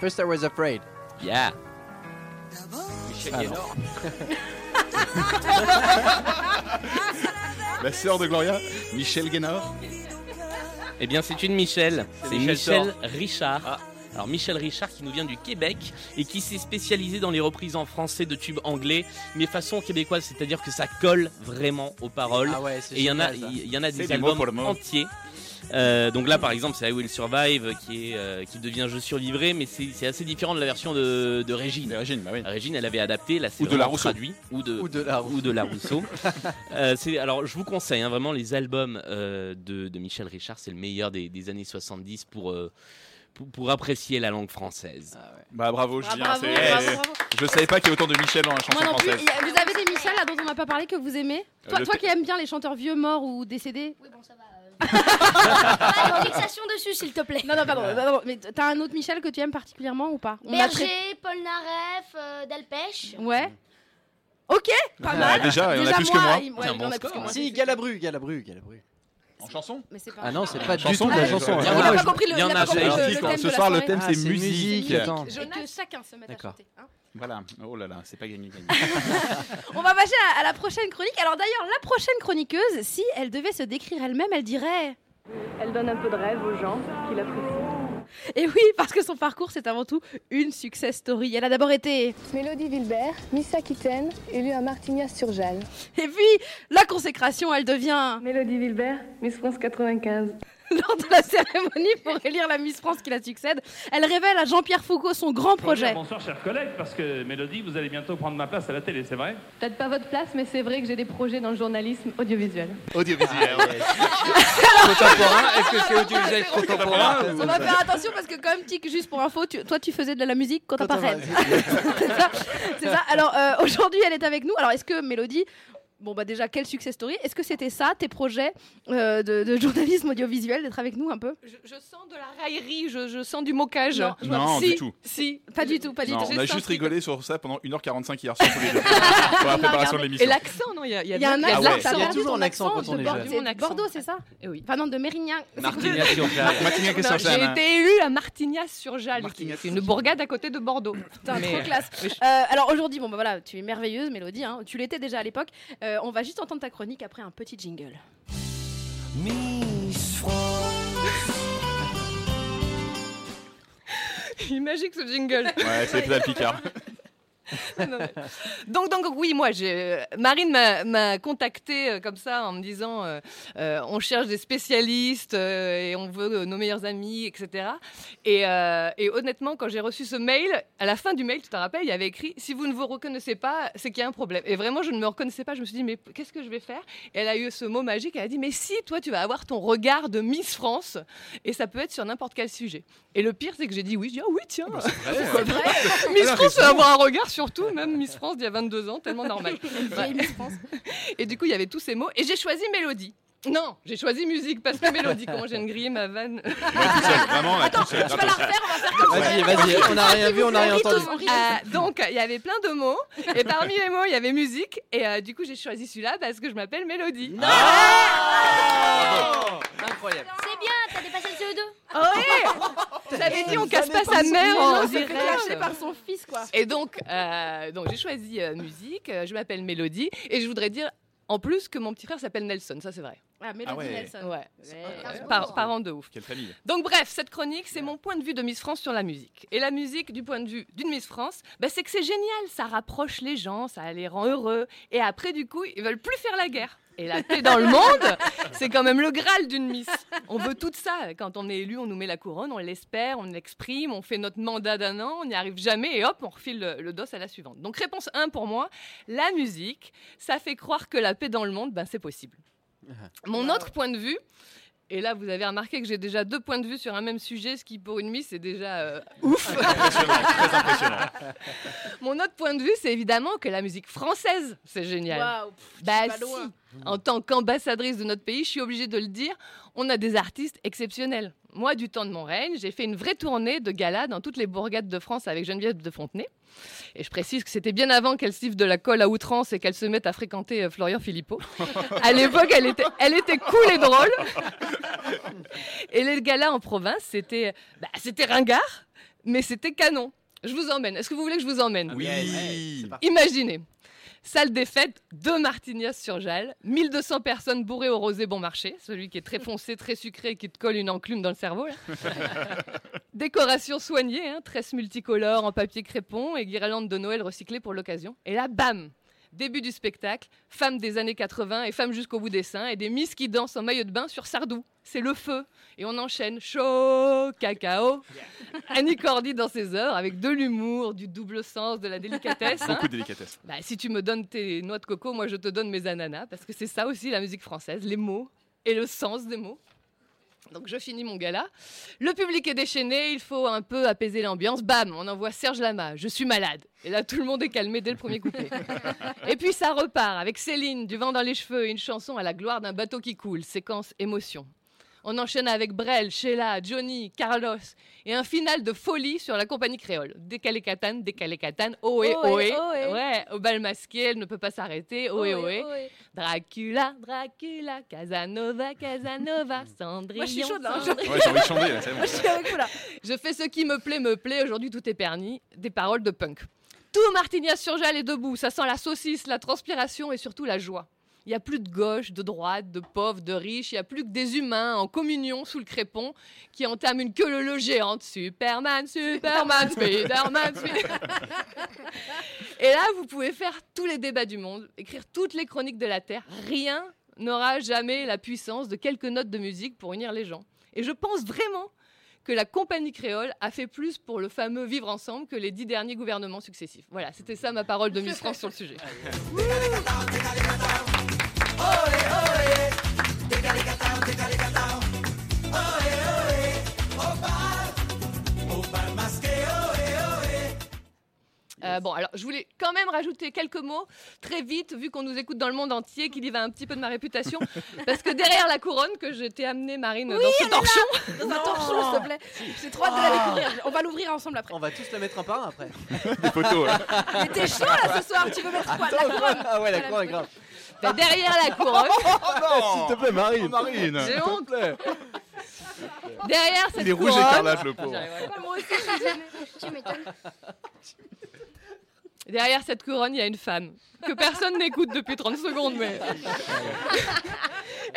Speaker 5: First I was afraid.
Speaker 7: Yeah Ah,
Speaker 3: La sœur de Gloria, Michel Guénard.
Speaker 7: Eh bien, c'est une Michel. C'est
Speaker 10: Michel
Speaker 7: Michel, Richard.
Speaker 5: Ah.
Speaker 7: Alors, Michel Richard qui nous vient du Québec et qui s'est spécialisé dans les reprises en français de tubes anglais, mais façon québécoise, c'est-à-dire que ça colle vraiment aux paroles.
Speaker 5: Ah ouais, c'est
Speaker 7: et il y en a,
Speaker 5: génial, ça.
Speaker 7: il y en a
Speaker 3: C'est
Speaker 7: des
Speaker 3: du mot
Speaker 7: albums
Speaker 3: pour le mot.
Speaker 7: entiers. Euh, donc là, par exemple, c'est I Will Survive qui, est, euh, qui devient Je survivrai, mais c'est c'est assez différent de la version de, de Régine.
Speaker 3: Virgin, bah oui.
Speaker 7: Régine, elle avait adapté, là, c'est
Speaker 3: Ou de Ah, la
Speaker 7: vraiment
Speaker 3: Rousseau.
Speaker 7: traduit. Ou de,
Speaker 5: Ou de Ah, la roue.
Speaker 7: ou de La Rousseau. Euh, c'est- alors, je vous conseille hein, vraiment les albums euh, de, de Michel Richard, c'est le meilleur des, des années 70 pour, euh, pour, pour apprécier la langue française.
Speaker 3: Bah bravo,
Speaker 4: Ah,
Speaker 3: Julien.
Speaker 4: bravo,
Speaker 3: c'est-
Speaker 4: bravo,
Speaker 3: Eh,
Speaker 4: bravo.
Speaker 3: Je savais pas qu'il y avait autant de Michel dans la chanson
Speaker 4: Moi non plus,
Speaker 3: française.
Speaker 4: il y a- vous avez des Michel là dont on n'a pas parlé que vous aimez
Speaker 3: Euh,
Speaker 4: toi,
Speaker 3: le
Speaker 4: toi
Speaker 3: pe-
Speaker 4: qui aimes bien les chanteurs vieux, morts ou décédés
Speaker 9: Oui, bon, ça va. euh. Pas de fixation dessus, s'il te plaît.
Speaker 4: Non, non, pardon, pardon, mais t'as un autre Michel que tu aimes particulièrement ou pas On a
Speaker 9: Berger, Polnareff, euh, Delpech.
Speaker 4: très- Ouais. Ok, pas
Speaker 3: Ah,
Speaker 5: bah,
Speaker 4: mal.
Speaker 3: déjà, il y en a plus que moi.
Speaker 4: il- ouais,
Speaker 7: C'est un
Speaker 4: il
Speaker 7: bon
Speaker 4: en a plus que
Speaker 7: score.
Speaker 3: hein.
Speaker 4: moi.
Speaker 5: Si, Galabru, Galabru, Galabru.
Speaker 3: En chanson
Speaker 4: Mais c'est pas.
Speaker 5: Ah non, c'est pas du
Speaker 3: Chanson,
Speaker 5: tout de la
Speaker 3: ouais,
Speaker 5: chanson.
Speaker 3: ouais.
Speaker 4: Il
Speaker 5: Ah,
Speaker 4: a
Speaker 5: ouais,
Speaker 4: pas
Speaker 5: je-
Speaker 4: compris le,
Speaker 7: Il y en
Speaker 4: il a
Speaker 7: a,
Speaker 4: pas compris
Speaker 7: j'ai
Speaker 4: le-
Speaker 7: un
Speaker 4: le
Speaker 7: article.
Speaker 4: thème
Speaker 3: Ce
Speaker 4: de la
Speaker 3: soir, le
Speaker 4: soirée.
Speaker 3: thème,
Speaker 5: Ah,
Speaker 3: c'est musique.
Speaker 5: Attends.
Speaker 4: Et que chacun se mette à
Speaker 5: D'accord.
Speaker 4: chanter. hein.
Speaker 3: Voilà. Oh là là, c'est pas gagné. gagné.
Speaker 4: On va passer à, à la prochaine chronique. Alors d'ailleurs, la prochaine chroniqueuse, si elle devait se décrire elle-même, elle dirait...
Speaker 11: Elle donne un peu de rêve aux gens qui l'apprécient.
Speaker 4: Et oui, parce que son parcours, c'est avant tout une success story. Elle a d'abord été...
Speaker 11: Mélodie Wilbert, Miss Aquitaine, élue à Martignas-sur-Jalles.
Speaker 4: Et puis, la consécration, elle devient...
Speaker 11: Mélodie Wilbert, Miss France 95.
Speaker 4: lors de la cérémonie pour élire la Miss France qui la succède, elle révèle à Jean-Pierre Foucault son grand projet.
Speaker 8: Bonsoir, chers collègues, parce que Mélodie, vous allez bientôt prendre ma place à la télé, c'est vrai
Speaker 11: Peut-être pas votre place, mais c'est vrai que j'ai des projets dans le journalisme audiovisuel.
Speaker 3: Audiovisuel.
Speaker 10: Contemporain Est-ce que c'est audiovisuel contemporain
Speaker 4: On va faire attention parce que quand même, Tic, juste pour info, tu- toi tu faisais de la musique quand t'as pas
Speaker 5: Attends,
Speaker 4: rêve.
Speaker 5: vas-y.
Speaker 4: C'est ça. Alors euh, aujourd'hui, elle est avec nous. Alors est-ce que Mélodie, Bon, bah déjà, quel success story. Est-ce que c'était ça, tes projets euh, de, de journalisme audiovisuel, d'être avec nous un peu
Speaker 12: je, je sens de Oh, la raillerie, je, je sens du moquage.
Speaker 4: Non,
Speaker 3: je vois- Non,
Speaker 12: Si,
Speaker 3: du tout.
Speaker 12: Si,
Speaker 4: Pas du tout, pas du
Speaker 3: Non,
Speaker 4: tout.
Speaker 3: on a juste rigolé sur ça pendant 1h45 hier soir tous les deux. pour la préparation de l'émission.
Speaker 12: Et l'accent, non, il y a, il y a,
Speaker 4: Il y a un
Speaker 12: de-
Speaker 4: accent,
Speaker 3: Ah ouais.
Speaker 4: t'as
Speaker 3: Il y a
Speaker 4: perdu
Speaker 3: toujours
Speaker 4: ton
Speaker 3: un accent quand on
Speaker 4: de
Speaker 3: est
Speaker 4: Bordeaux,
Speaker 3: jeune.
Speaker 4: c'est de Bordeaux, c'est ça Enfin non, de Mérignac.
Speaker 3: Martignac sur Jade. Martignac sur
Speaker 12: Eh Non,
Speaker 3: Jade,
Speaker 12: J'ai
Speaker 3: hein.
Speaker 12: été élue à Martignas-sur-Jal, qui est une bourgade à côté de Bordeaux.
Speaker 4: Putain,
Speaker 12: Mais-
Speaker 4: trop classe.
Speaker 12: Mais je-
Speaker 4: Euh, alors aujourd'hui, bon bah voilà, tu es merveilleuse, Mélodie. hein. Tu l'étais déjà à l'époque. Euh, on va juste entendre ta chronique après un petit jingle.
Speaker 8: Miss France.
Speaker 12: Il est magique ce jingle.
Speaker 3: Ouais, c'est Fidel Picard.
Speaker 12: Non, mais- donc, donc, oui, moi, j'ai- euh, Marine m'a- m'a contactée euh, comme ça en me disant euh, euh, on cherche des spécialistes euh, et on veut euh, nos meilleurs amis, etc. Et, euh, et honnêtement, quand j'ai reçu ce mail, à la fin du mail, tu t'en rappelles, il y avait écrit si vous ne vous reconnaissez pas, c'est qu'il y a un problème. Et vraiment, je ne me reconnaissais pas. Je me suis dit mais qu'est-ce que je vais faire Et elle a eu ce mot magique. Elle a dit mais si, toi, tu vas avoir ton regard de Miss France et ça peut être sur n'importe quel sujet. Et le pire, c'est que j'ai dit oui. Je dis ah oui, tiens.
Speaker 8: Eh ben, C'est vrai.
Speaker 12: Miss
Speaker 8: Elle a
Speaker 12: France
Speaker 8: raison.
Speaker 12: va avoir un regard sur tout, même Miss France d'il y a 22 ans, tellement normal.
Speaker 4: Vieille Miss France.
Speaker 12: Et du coup, il y avait tous ces mots. Et j'ai choisi Mélodie. Non, j'ai choisi musique parce que Mélodie, comment j'ai grillé ma vanne.
Speaker 3: Vraiment, là, tout seul,
Speaker 12: je vais
Speaker 3: gratos.
Speaker 12: Vas-y,
Speaker 13: vas-y, on n'a rien vu, on n'a rien entendu.
Speaker 12: Euh, donc, il y avait plein de mots. Et parmi les mots, il y avait musique. Et euh, du coup, j'ai choisi celui-là parce que je m'appelle Mélodie.
Speaker 10: Incroyable.
Speaker 9: C'est bien, t'as dépassé le CO2.
Speaker 12: Ah ouais J'avais dit, on casse pas sa mère en direct.
Speaker 4: par son fils, quoi.
Speaker 12: Et donc, euh, donc j'ai choisi euh, musique, euh, je m'appelle Mélodie, et je voudrais dire en plus que mon petit frère s'appelle Nelson, ça c'est vrai.
Speaker 4: Ah, Mélodie
Speaker 12: ouais.
Speaker 4: Nelson.
Speaker 12: Ouais.
Speaker 4: Ouais.
Speaker 12: Par- parents de ouf.
Speaker 3: Quelle famille.
Speaker 12: Donc bref, cette chronique, c'est mon point de vue de Miss France sur la musique. Et la musique, du point de vue d'une Miss France, bah, c'est que c'est génial, ça rapproche les gens, ça les rend heureux. Et après, du coup, ils veulent plus faire la guerre. Et la paix dans le monde, c'est quand même le graal d'une Miss. On veut tout ça. Quand on est élu, on nous met la couronne, on l'espère, on l'exprime, on fait notre mandat d'un an, on n'y arrive jamais et hop, on refile le, le dos à la suivante. Donc réponse 1 pour moi, la musique, ça fait croire que la paix dans le monde, ben, c'est possible. Mon autre point de vue, et là vous avez remarqué que j'ai déjà deux points de vue sur un même sujet, ce qui pour une Miss c'est déjà euh, ouf.
Speaker 3: Très impressionnant.
Speaker 12: Mon autre point de vue, c'est évidemment que la musique française, c'est génial.
Speaker 4: Waouh, pff,
Speaker 12: bah
Speaker 4: tu vas
Speaker 12: si.
Speaker 4: loin.
Speaker 12: En tant qu'ambassadrice de notre pays, je suis obligée de le dire, on a des artistes exceptionnels. Moi, du temps de mon règne, j'ai fait une vraie tournée de gala dans toutes les bourgades de France avec Geneviève de Fontenay. Et je précise que c'était bien avant qu'elle siffle de la colle à outrance et qu'elle se mette à fréquenter euh, Florian Philippot. à l'époque, elle était, elle était cool et drôle. Et les galas en province, c'était bah, c'était ringard, mais c'était canon. Je vous emmène. Est-ce que vous voulez que je vous emmène
Speaker 3: Oui. Ouais, c'est parti.
Speaker 12: Imaginez. Salle des fêtes de Martignas-sur-Jalles, 1200 personnes bourrées au rosé bon marché, celui qui est très foncé, très sucré et qui te colle une enclume dans le cerveau. là. Décoration soignée, hein, tresses multicolores en papier crépon et guirlandes de Noël recyclées pour l'occasion. Et là, bam Début du spectacle, femmes des années 80 et femmes jusqu'au bout des seins et des miss qui dansent en maillot de bain sur Sardou. C'est le feu. Et on enchaîne chaud, cacao. Annie Cordy dans ses heures avec de l'humour, du double sens, de la délicatesse. hein.
Speaker 3: Beaucoup de délicatesse.
Speaker 12: Bah, si tu me donnes tes noix de coco, moi je te donne mes ananas, parce que c'est ça aussi la musique française, les mots et le sens des mots. Donc je finis mon gala. Le public est déchaîné, il faut un peu apaiser l'ambiance. Bam, on envoie Serge Lama, je suis malade. Et là tout le monde est calmé dès le premier couplet. et puis ça repart avec Céline, du vent dans les cheveux et une chanson à la gloire d'un bateau qui coule, séquence émotion. On enchaîne avec Brel, Sheila, Johnny, Carlos et un final de folie sur la compagnie créole. Décalé catane, décalé catane, ohé,
Speaker 10: Ohé,
Speaker 12: ohé.
Speaker 10: ohé.
Speaker 12: Ouais, au bal masqué, elle ne peut pas s'arrêter, ohé,
Speaker 10: Ohé,
Speaker 12: ohé.
Speaker 10: ohé.
Speaker 12: Dracula, Dracula, Casanova, Casanova, Cendrillon.
Speaker 4: Moi, je suis chaude, là, hein.
Speaker 12: Cendrillon.
Speaker 4: Ouais, j'ai envie de chanter, là, c'est bon. Moi, je suis avec vous, là.
Speaker 12: Je fais ce qui me plaît, me plaît. Aujourd'hui, tout est permis. Des paroles de punk. Tout Martignas sur Jal est debout. Ça sent la saucisse, la transpiration et surtout la joie. Il n'y a plus de gauche, de droite, de pauvres, de riches. Il n'y a plus que des humains en communion sous le crépon qui entament une queue leu géante. Superman, Superman, Spiderman, Spiderman. Et là, vous pouvez faire tous les débats du monde, écrire toutes les chroniques de la Terre. Rien n'aura jamais la puissance de quelques notes de musique pour unir les gens. Et je pense vraiment que la compagnie créole a fait plus pour le fameux vivre ensemble que les dix derniers gouvernements successifs. Voilà, c'était ça ma parole de Miss France sur le sujet.
Speaker 2: Ah
Speaker 12: Euh, bon, alors je voulais quand même rajouter quelques mots très vite, vu qu'on nous écoute dans le monde entier, qu'il y va un petit peu de ma réputation, parce que derrière la couronne que je t'ai amenée, Marine,
Speaker 2: Oui,
Speaker 12: dans ce
Speaker 2: elle
Speaker 12: torchon,
Speaker 2: est là Dans un torchon, s'il te plaît. J'ai trop hâte de la découvrir. On va l'ouvrir ensemble après.
Speaker 5: Ah. On va tous la mettre un par un après.
Speaker 3: Des photos.
Speaker 2: Mais t'es chaud là ce soir, tu veux mettre quoi La
Speaker 5: Attends,
Speaker 2: couronne
Speaker 5: Ah ouais, la
Speaker 2: Voilà,
Speaker 5: couronne est
Speaker 2: je-
Speaker 5: grave.
Speaker 12: Bah, derrière la couronne.
Speaker 3: S'il te plaît, Marine. Oh, Marine.
Speaker 12: J'ai
Speaker 3: s'il te
Speaker 12: honte.
Speaker 3: plaît.
Speaker 12: Derrière cette
Speaker 3: Il est rouge
Speaker 12: couronne-
Speaker 3: écarlate, le
Speaker 8: Ah,
Speaker 3: pauvre.
Speaker 9: Moi aussi, je suis gênée. Tu m'étonnes.
Speaker 12: Derrière cette couronne, il y a une femme que personne n'écoute depuis 30 secondes, mais.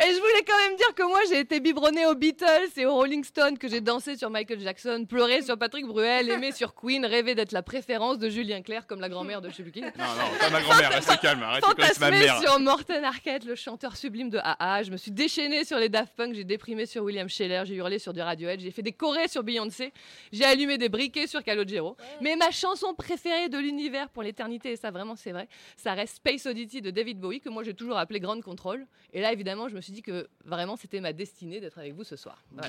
Speaker 12: Et je voulais quand même dire que moi j'ai été biberonnée aux Beatles et aux Rolling Stones, que j'ai dansé sur Michael Jackson, pleuré sur Patrick Bruel, aimé sur Queen, rêvé d'être la préférence de Julien Clerc comme la grand-mère de je sais plus qui.
Speaker 3: Non, non, pas ma grand-mère, reste calme, arrête, tu connais ma
Speaker 12: Fantasmé
Speaker 3: mère.
Speaker 12: sur Morten Arquette, le chanteur sublime de AA. Je me suis déchaînée sur les Daft Punk, j'ai déprimé sur William Scheller, j'ai hurlé sur du Radiohead, j'ai fait des chorés sur Beyoncé, j'ai allumé des briquets sur Calogero. Mais ma chanson préférée de l'univers pour l'éternité, et ça vraiment c'est vrai, ça reste Space Oddity de David Bowie, que moi j'ai toujours appelé Grande Contrôle. Et là évidemment, je me suis dit que vraiment c'était ma destinée d'être avec vous ce soir. Voilà.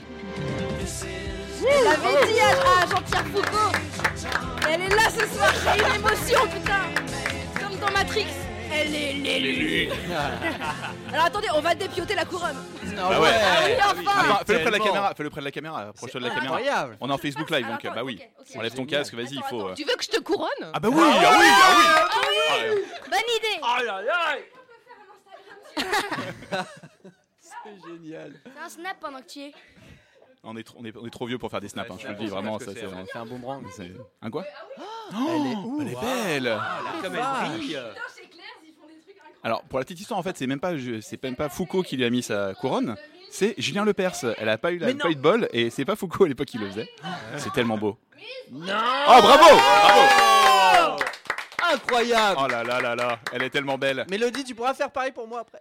Speaker 2: Elle l'avait dit à, à Jean-Pierre Foucault. Et elle est là ce soir, j'ai une émotion, putain. Comme dans Matrix. Elle est l'élu.
Speaker 4: Ah
Speaker 2: Alors attendez, on va dépioter la couronne.
Speaker 3: Bah ouais.
Speaker 2: Ah oui,
Speaker 3: Ah,
Speaker 2: enfin.
Speaker 3: bah, Fais-le près de la
Speaker 5: Tellement.
Speaker 3: caméra, fais-le près de la caméra, approche-toi de la caméra.
Speaker 5: incroyable.
Speaker 3: On est en Facebook Live donc euh, bah oui. Enlève ton casque, vas-y, il faut. euh,
Speaker 12: Tu veux que je te couronne
Speaker 3: Ah bah oui, ah oui, ah
Speaker 12: Ah
Speaker 3: oui. Ah, ouais.
Speaker 12: Bonne idée
Speaker 9: C'est génial. C'est un snap pendant que tu y es.
Speaker 3: On est, trop, on, est, on est trop vieux pour faire des snaps, hein, je vous le dis
Speaker 5: c'est
Speaker 3: vraiment.
Speaker 5: parce
Speaker 3: Ça,
Speaker 5: que
Speaker 3: c'est
Speaker 5: c'est-
Speaker 3: vraiment-
Speaker 5: c'est un boomerang.
Speaker 3: C'est- Un quoi Oh,
Speaker 5: Elle
Speaker 3: Elle est
Speaker 5: Ouh,
Speaker 3: belle
Speaker 8: Ah,
Speaker 5: waouh, comme elle brille.
Speaker 3: Alors, pour la petite histoire, en fait, c'est même pas, je- c'est même pas Foucault qui lui a mis sa couronne, c'est Julien Lepers. Elle a pas eu, la,
Speaker 5: Mais non.
Speaker 3: pas eu de bol et c'est pas Foucault à l'époque qui le faisait. C'est tellement beau.
Speaker 5: Non
Speaker 3: Oh, bravo Bravo
Speaker 5: Incroyable
Speaker 3: Oh là là là là, elle est tellement belle.
Speaker 5: Mélodie, tu pourras faire pareil pour moi après.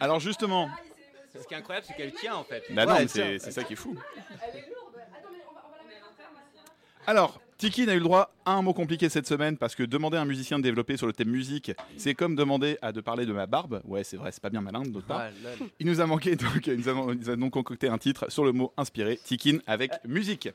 Speaker 3: Alors, justement.
Speaker 13: Ce qui est incroyable, c'est qu'elle tient en fait.
Speaker 3: Bah non, mais c'est c'est ça qui est fou. Alors, Tiki n'a eu le droit à un mot compliqué cette semaine parce que demander à un musicien de développer sur le thème musique, c'est comme demander à de parler de ma barbe. Ouais, c'est vrai, c'est pas bien malin de notre part.
Speaker 5: Ah, lol.
Speaker 3: Il nous a manqué, donc il nous a, il nous a donc concocté un titre sur le mot inspiré, Tikin avec musique.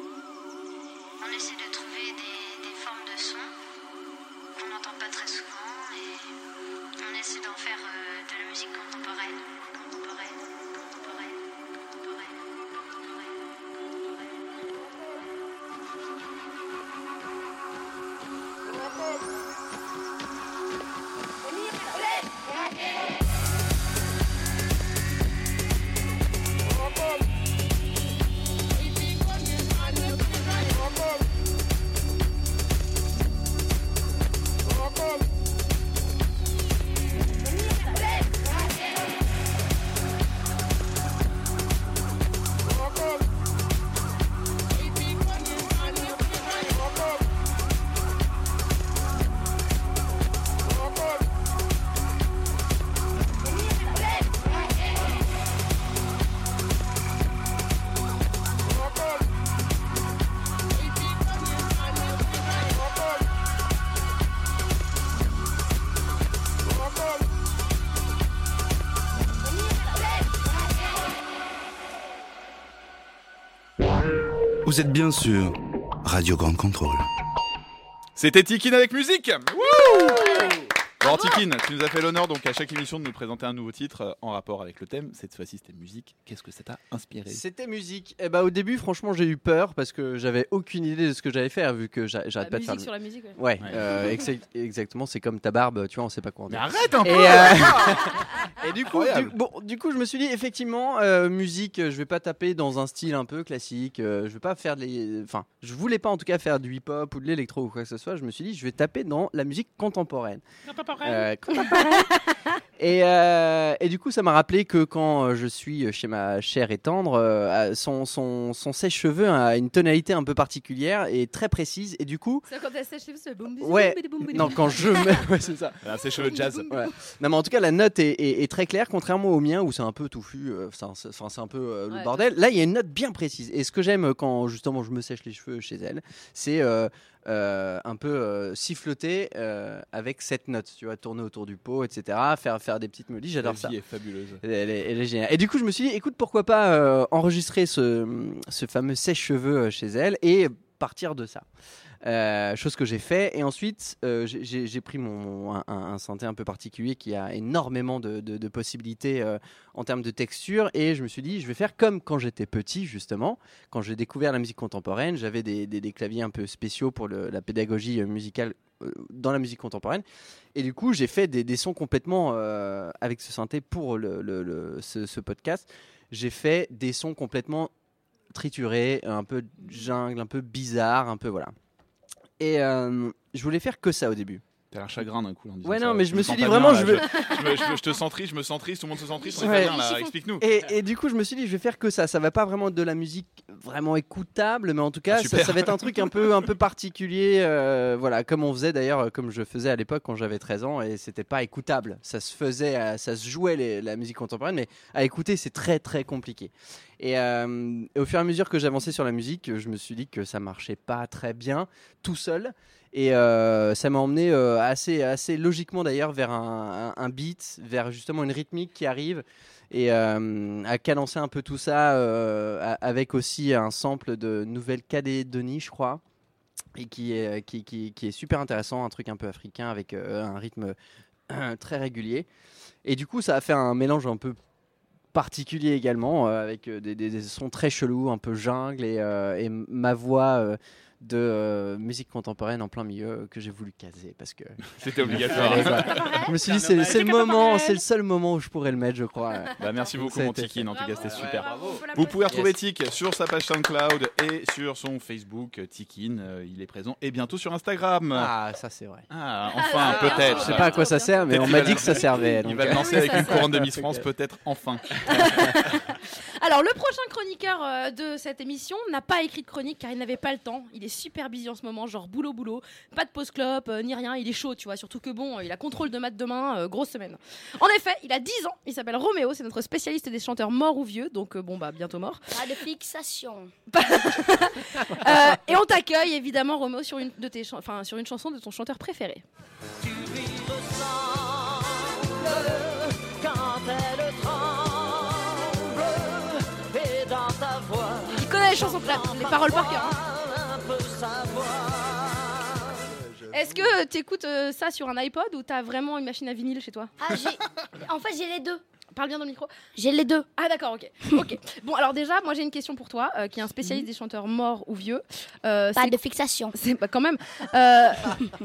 Speaker 6: On essaie de trouver des, des formes de sons qu'on n'entend pas très souvent et on essaie d'en faire euh, de la musique contemporaine. Contemporaine, contemporaine, contemporaine, contemporaine, contemporaine.
Speaker 14: Vous êtes bien sûr Radio Grande Contrôle.
Speaker 3: C'était Tikin avec musique Wouh Alors Tikin, tu nous as fait l'honneur donc à chaque émission de nous présenter un nouveau titre euh, en rapport avec le thème. Cette fois-ci c'était musique. Qu'est-ce que ça t'a inspiré
Speaker 5: C'était musique. Et bah au début, franchement, j'ai eu peur parce que j'avais aucune idée de ce que j'allais faire vu que j'a- j'arrête
Speaker 4: La
Speaker 5: pas de faire.
Speaker 4: musique sur
Speaker 5: le-
Speaker 4: la musique, ouais.
Speaker 5: Ouais.
Speaker 4: Ouais.
Speaker 5: euh, ex- exactement. C'est comme ta barbe, tu vois, on sait pas quoi. en dire.
Speaker 3: arrête un peu,
Speaker 5: Et,
Speaker 12: euh,
Speaker 3: euh,
Speaker 5: et du coup, du,
Speaker 3: Incroyable.
Speaker 5: bon, du coup, je me suis dit effectivement, euh, musique, euh, je vais pas taper dans un style un peu classique. euh, je vais pas faire des. Enfin, je voulais pas en tout cas faire du hip-hop ou de l'électro ou quoi que ce soit. Je me suis dit, je vais taper dans la musique contemporaine. Euh, contemporaine. Et, euh, et du coup, ça m'a rappelé que quand euh, je suis chez ma chère et tendre, euh, son, son, son sèche-cheveux a une tonalité un peu particulière et très précise. Et du coup,
Speaker 4: Ça, quand elle sèche les cheveux, c'est boum, bisou,
Speaker 5: ouais,
Speaker 4: boum, boum, boum,
Speaker 5: non,
Speaker 4: boum.
Speaker 5: quand je me. Ouais, c'est ça.
Speaker 3: Ah, C'est cheveux de jazz.
Speaker 5: Ouais. Non, mais en tout cas, la note est, est- est très claire, contrairement au mien où c'est un peu touffu, euh, c'est un- c'est enfin, c'est un peu euh, le
Speaker 15: Ouais.
Speaker 5: bordel. Là, il y a une note bien précise. Et ce que j'aime euh, quand justement je me sèche les cheveux chez elle, c'est euh, euh, un peu euh, siffloter euh, avec cette note, tu vois, tourner autour du pot, etc., faire, faire des petites mélodies. J'adore ça.
Speaker 3: vie est fabuleuse.
Speaker 5: Elle est, elle est géniale. Et du coup, je me suis dit, écoute, pourquoi pas euh, enregistrer ce, ce fameux sèche-cheveux euh, chez elle et partir de ça. Euh, chose que j'ai fait. Et ensuite, euh, j'ai- j'ai j'ai pris mon, mon- un, un- un synthé un peu particulier qui a énormément de, de- de possibilités euh, en termes de texture. Et je me suis dit, je vais faire comme quand j'étais petit, justement. Quand j'ai découvert la musique contemporaine, j'avais des, des- des claviers un peu spéciaux pour le- la pédagogie euh, musicale euh, dans la musique contemporaine. Et du coup, j'ai fait des, des sons complètement euh, avec ce synthé pour le, le- le- ce, ce podcast. J'ai fait des sons complètement triturés, un peu jungle, un peu bizarre, un peu voilà. Et euh, je voulais faire que ça au début.
Speaker 3: T'as l'air chagrin d'un coup. en disant
Speaker 5: Ouais,
Speaker 3: ça.
Speaker 5: non, mais je me suis
Speaker 3: sens
Speaker 5: dit
Speaker 3: pas
Speaker 5: vraiment,
Speaker 3: bien,
Speaker 5: je
Speaker 3: là.
Speaker 5: veux-
Speaker 3: Je, me- je me- je te sens triste, je me sens triste, tout le monde se sent triste. On est
Speaker 5: Ouais.
Speaker 3: pas bien là, explique-nous.
Speaker 5: Et, et du coup, je me suis dit, je vais faire que ça. Ça va pas vraiment être de la musique vraiment écoutable, mais en tout cas,
Speaker 3: Ah,
Speaker 5: ça,
Speaker 3: super.
Speaker 5: ça va être un truc un peu, un peu particulier. euh, voilà, comme on faisait d'ailleurs, euh, comme je faisais à l'époque quand j'avais 13 ans, et c'était pas écoutable. Ça se faisait, à- ça se jouait les- la musique contemporaine, mais à écouter, c'est très très compliqué. Et, euh, et au fur et à mesure que j'avançais sur la musique, je me suis dit que ça marchait pas très bien tout seul. Et euh, ça m'a emmené euh, assez, assez logiquement d'ailleurs vers un, un- un beat, vers justement une rythmique qui arrive et euh, à cadencer un peu tout ça euh, a- avec aussi un sample de Nouvelle-Calédonie, je crois. Et qui est, euh, qui, qui- qui est super intéressant, un truc un peu africain avec euh, un rythme euh, très régulier. Et du coup, ça a fait un mélange un peu particulier également, euh, avec euh, des, des- des sons très chelous, un peu jungle, et, euh, et m- ma voix euh, de euh, musique contemporaine en plein milieu euh, que j'ai voulu caser parce que
Speaker 3: C'était obligatoire.
Speaker 5: Allez, voilà. je me suis dit
Speaker 3: C'est un
Speaker 5: c'est
Speaker 3: hommage.
Speaker 5: c'est le
Speaker 3: Musique
Speaker 5: moment,
Speaker 3: contemporaine.
Speaker 5: c'est le seul moment où je pourrais le mettre, je crois.
Speaker 3: Bah, merci beaucoup,
Speaker 5: Ça a
Speaker 3: mon
Speaker 5: été
Speaker 3: Tikin. En tout cas, c'était
Speaker 5: Bravo,
Speaker 3: super.
Speaker 5: bravo. Faut
Speaker 3: Vous pouvez retrouver
Speaker 5: Yes.
Speaker 3: Tik sur sa page SoundCloud et sur son Facebook euh, Tikin. euh, Il est présent et bientôt sur Instagram.
Speaker 5: Ah, ça c'est vrai.
Speaker 3: Ah, enfin, peut-être.
Speaker 5: Je sais pas à quoi ça sert, mais
Speaker 3: Peut-être
Speaker 5: on
Speaker 3: qu'il
Speaker 5: m'a
Speaker 3: va
Speaker 5: dit que ça
Speaker 3: lancer-
Speaker 5: servait,
Speaker 3: Il
Speaker 5: donc,
Speaker 3: va le
Speaker 5: euh,
Speaker 3: lancer avec une couronne de Miss France, peut-être enfin.
Speaker 4: Alors, le prochain chroniqueur euh, de cette émission n'a pas écrit de chronique car il n'avait pas le temps. Il est super busy en ce moment, genre boulot, boulot. Pas de pause clope, euh, ni rien. Il est chaud, tu vois. Surtout que bon, euh, il a contrôle de maths demain, euh, grosse semaine. En effet, il a 10 ans. Il s'appelle Roméo. C'est notre spécialiste des chanteurs morts ou vieux. Donc, euh, bon, bah, bientôt mort.
Speaker 9: Pas de fixation.
Speaker 4: Euh, et on t'accueille évidemment, Roméo, sur une, de tes chan- enfin, sur une chanson de ton chanteur préféré.
Speaker 8: Quand elle tremble et dans ta voix,
Speaker 4: Il connaît les chansons, la- les paroles par cœur. hein.
Speaker 8: un peu sa voix.
Speaker 4: Est-ce que tu écoutes ça sur un iPod ou t'as vraiment une machine à vinyle chez toi
Speaker 9: Ah, j'ai- En fait, j'ai les deux.
Speaker 4: Parle bien dans le micro.
Speaker 9: J'ai les deux.
Speaker 4: Ah d'accord, ok. Ok. Bon alors déjà, moi j'ai une question pour toi, euh, qui est un spécialiste des chanteurs morts ou vieux.
Speaker 9: Mhm. Pas de
Speaker 4: fixation. C'est bah, quand même. Euh,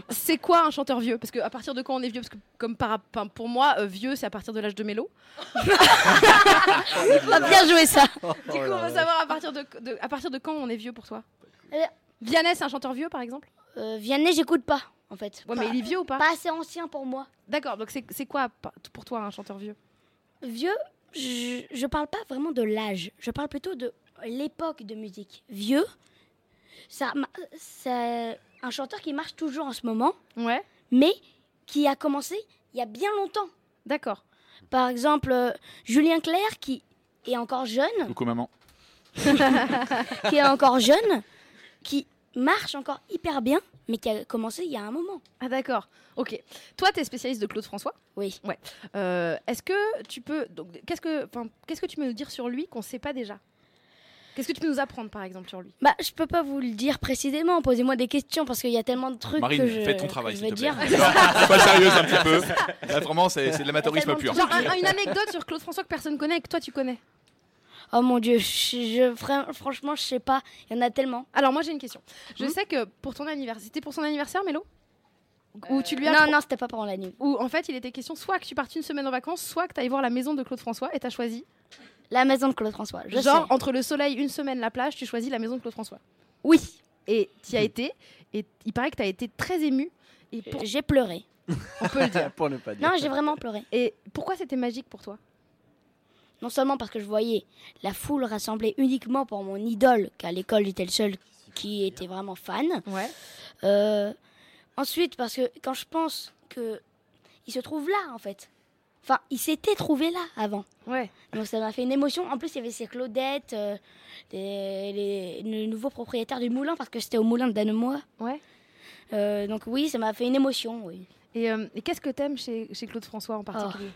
Speaker 4: c'est quoi un chanteur vieux Parce que à partir de quand on est vieux Parce que comme par, enfin, pour moi, euh, vieux c'est à partir de l'âge de mélo.
Speaker 9: Ah, bien joué, ça.
Speaker 4: Du coup,
Speaker 8: Oh
Speaker 4: on veut savoir à partir de, de- à partir de quand on est vieux pour toi. Vianney, c'est un chanteur vieux par exemple
Speaker 9: Euh, Vianney, j'écoute pas, en fait.
Speaker 4: Ouais, mais il est vieux ou pas
Speaker 9: Pas assez ancien pour moi.
Speaker 4: D'accord. Donc c'est c'est quoi par- pour toi un chanteur vieux
Speaker 9: Vieux, je, je parle pas vraiment de l'âge. Je parle plutôt de l'époque de musique. Vieux, ça, ma- c'est un chanteur qui marche toujours en ce moment.
Speaker 4: Ouais.
Speaker 9: Mais qui a commencé il y a bien longtemps.
Speaker 4: D'accord.
Speaker 9: Par exemple, euh, Julien Clerc qui est encore jeune.
Speaker 3: Coucou maman.
Speaker 9: qui est encore jeune, qui marche encore hyper bien, mais qui a commencé il y a un moment.
Speaker 4: Ah d'accord, ok. Toi, t'es spécialiste de Claude François
Speaker 9: Oui.
Speaker 4: Ouais. Euh, Est-ce que tu peux... donc, Qu'est-ce que, enfin, qu'est-ce que tu peux nous dire sur lui qu'on ne sait pas déjà Qu'est-ce que tu peux nous apprendre par exemple sur lui
Speaker 9: Bah, je peux pas vous le dire précisément. Posez-moi des questions parce qu'il y a tellement de trucs
Speaker 3: Marine,
Speaker 9: que je.
Speaker 3: fais ton
Speaker 9: que
Speaker 3: travail,
Speaker 9: je
Speaker 3: s'il
Speaker 9: vais
Speaker 3: te plaît.
Speaker 9: dire.
Speaker 3: Sois pas sérieuse un petit peu. Là, vraiment, c'est c'est de l'amateurisme pur.
Speaker 4: Genre un- un- une anecdote sur Claude François que personne connaît et que toi tu connais.
Speaker 9: Oh mon dieu, je, je- fra- franchement, je sais pas. Il y en a tellement. Hmm
Speaker 4: Alors moi j'ai une question. Je sais que pour ton anniversaire, c'était pour son anniversaire, Mélo Ou tu lui as
Speaker 9: Euh, non,
Speaker 4: pro-
Speaker 9: non, c'était pas pendant la nuit.
Speaker 4: Ou en fait il était question soit que tu partes une semaine en vacances, soit que tu ailles voir la maison de Claude François et t'as choisi.
Speaker 9: La maison de Claude François. Je
Speaker 4: Genre
Speaker 9: sais.
Speaker 4: entre le soleil, une semaine, la plage, tu choisis la maison de Claude François.
Speaker 9: Oui.
Speaker 4: Et t'y as été et il paraît que t'as été très ému. Et pour-
Speaker 9: J'ai pleuré.
Speaker 4: On peut le dire.
Speaker 5: Pour ne pas dire.
Speaker 9: Non, j'ai vraiment pleuré.
Speaker 4: Et pourquoi c'était magique pour toi
Speaker 9: Non seulement parce que je voyais la foule rassemblée uniquement pour mon idole, qu'à l'école j'étais le seul qui était vraiment fan. Euh, ensuite, parce que quand je pense que il se trouve là, en fait. Enfin, il s'était trouvé là avant.
Speaker 4: Ouais.
Speaker 9: Donc ça m'a fait une émotion. En plus, il y avait ses Claudettes, euh, les, les- le nouveau propriétaire du moulin, parce que c'était au moulin de Danemois.
Speaker 4: Ouais.
Speaker 9: donc oui, ça m'a fait une émotion, oui. Oh.
Speaker 4: Et, euh, et qu'est-ce que t'aimes chez, chez Claude François en particulier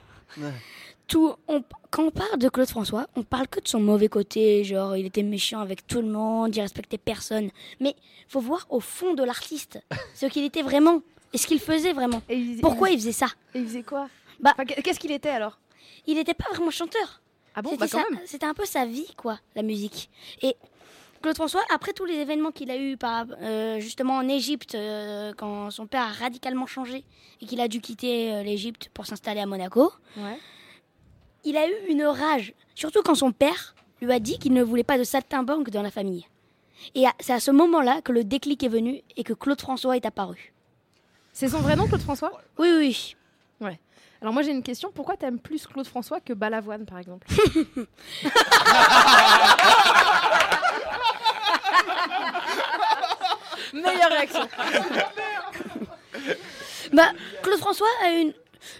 Speaker 9: tout, on- quand on parle de Claude François, on parle que de son mauvais côté, genre il était méchant avec tout le monde, il respectait personne. Mais faut voir au fond de l'artiste ce qu'il était vraiment et ce qu'il faisait vraiment. Pourquoi il faisait ça
Speaker 4: Et il faisait quoi
Speaker 9: Bah,
Speaker 4: qu'est-ce qu'il était alors
Speaker 9: Il n'était pas vraiment chanteur.
Speaker 4: Ah bon,
Speaker 9: C'était
Speaker 4: bah quand
Speaker 9: sa-
Speaker 4: même.
Speaker 9: C'était un peu sa vie, quoi, la musique. Et Claude François, après tous les événements qu'il a eu par, euh, justement en Égypte, euh, quand son père a radicalement changé et qu'il a dû quitter euh, l'Égypte pour s'installer à Monaco,
Speaker 4: Ouais.
Speaker 9: il a eu une rage, surtout quand son père lui a dit qu'il ne voulait pas de saltimbanque dans la famille. Et à- c'est à ce moment-là que le déclic est venu et que Claude François est apparu.
Speaker 4: C'est son vrai nom, Claude François
Speaker 9: Oui, oui.
Speaker 4: Ouais. Alors moi j'ai une question, pourquoi t'aimes plus Claude François que Balavoine par exemple Meilleure réaction.
Speaker 9: Bah, Claude François a une.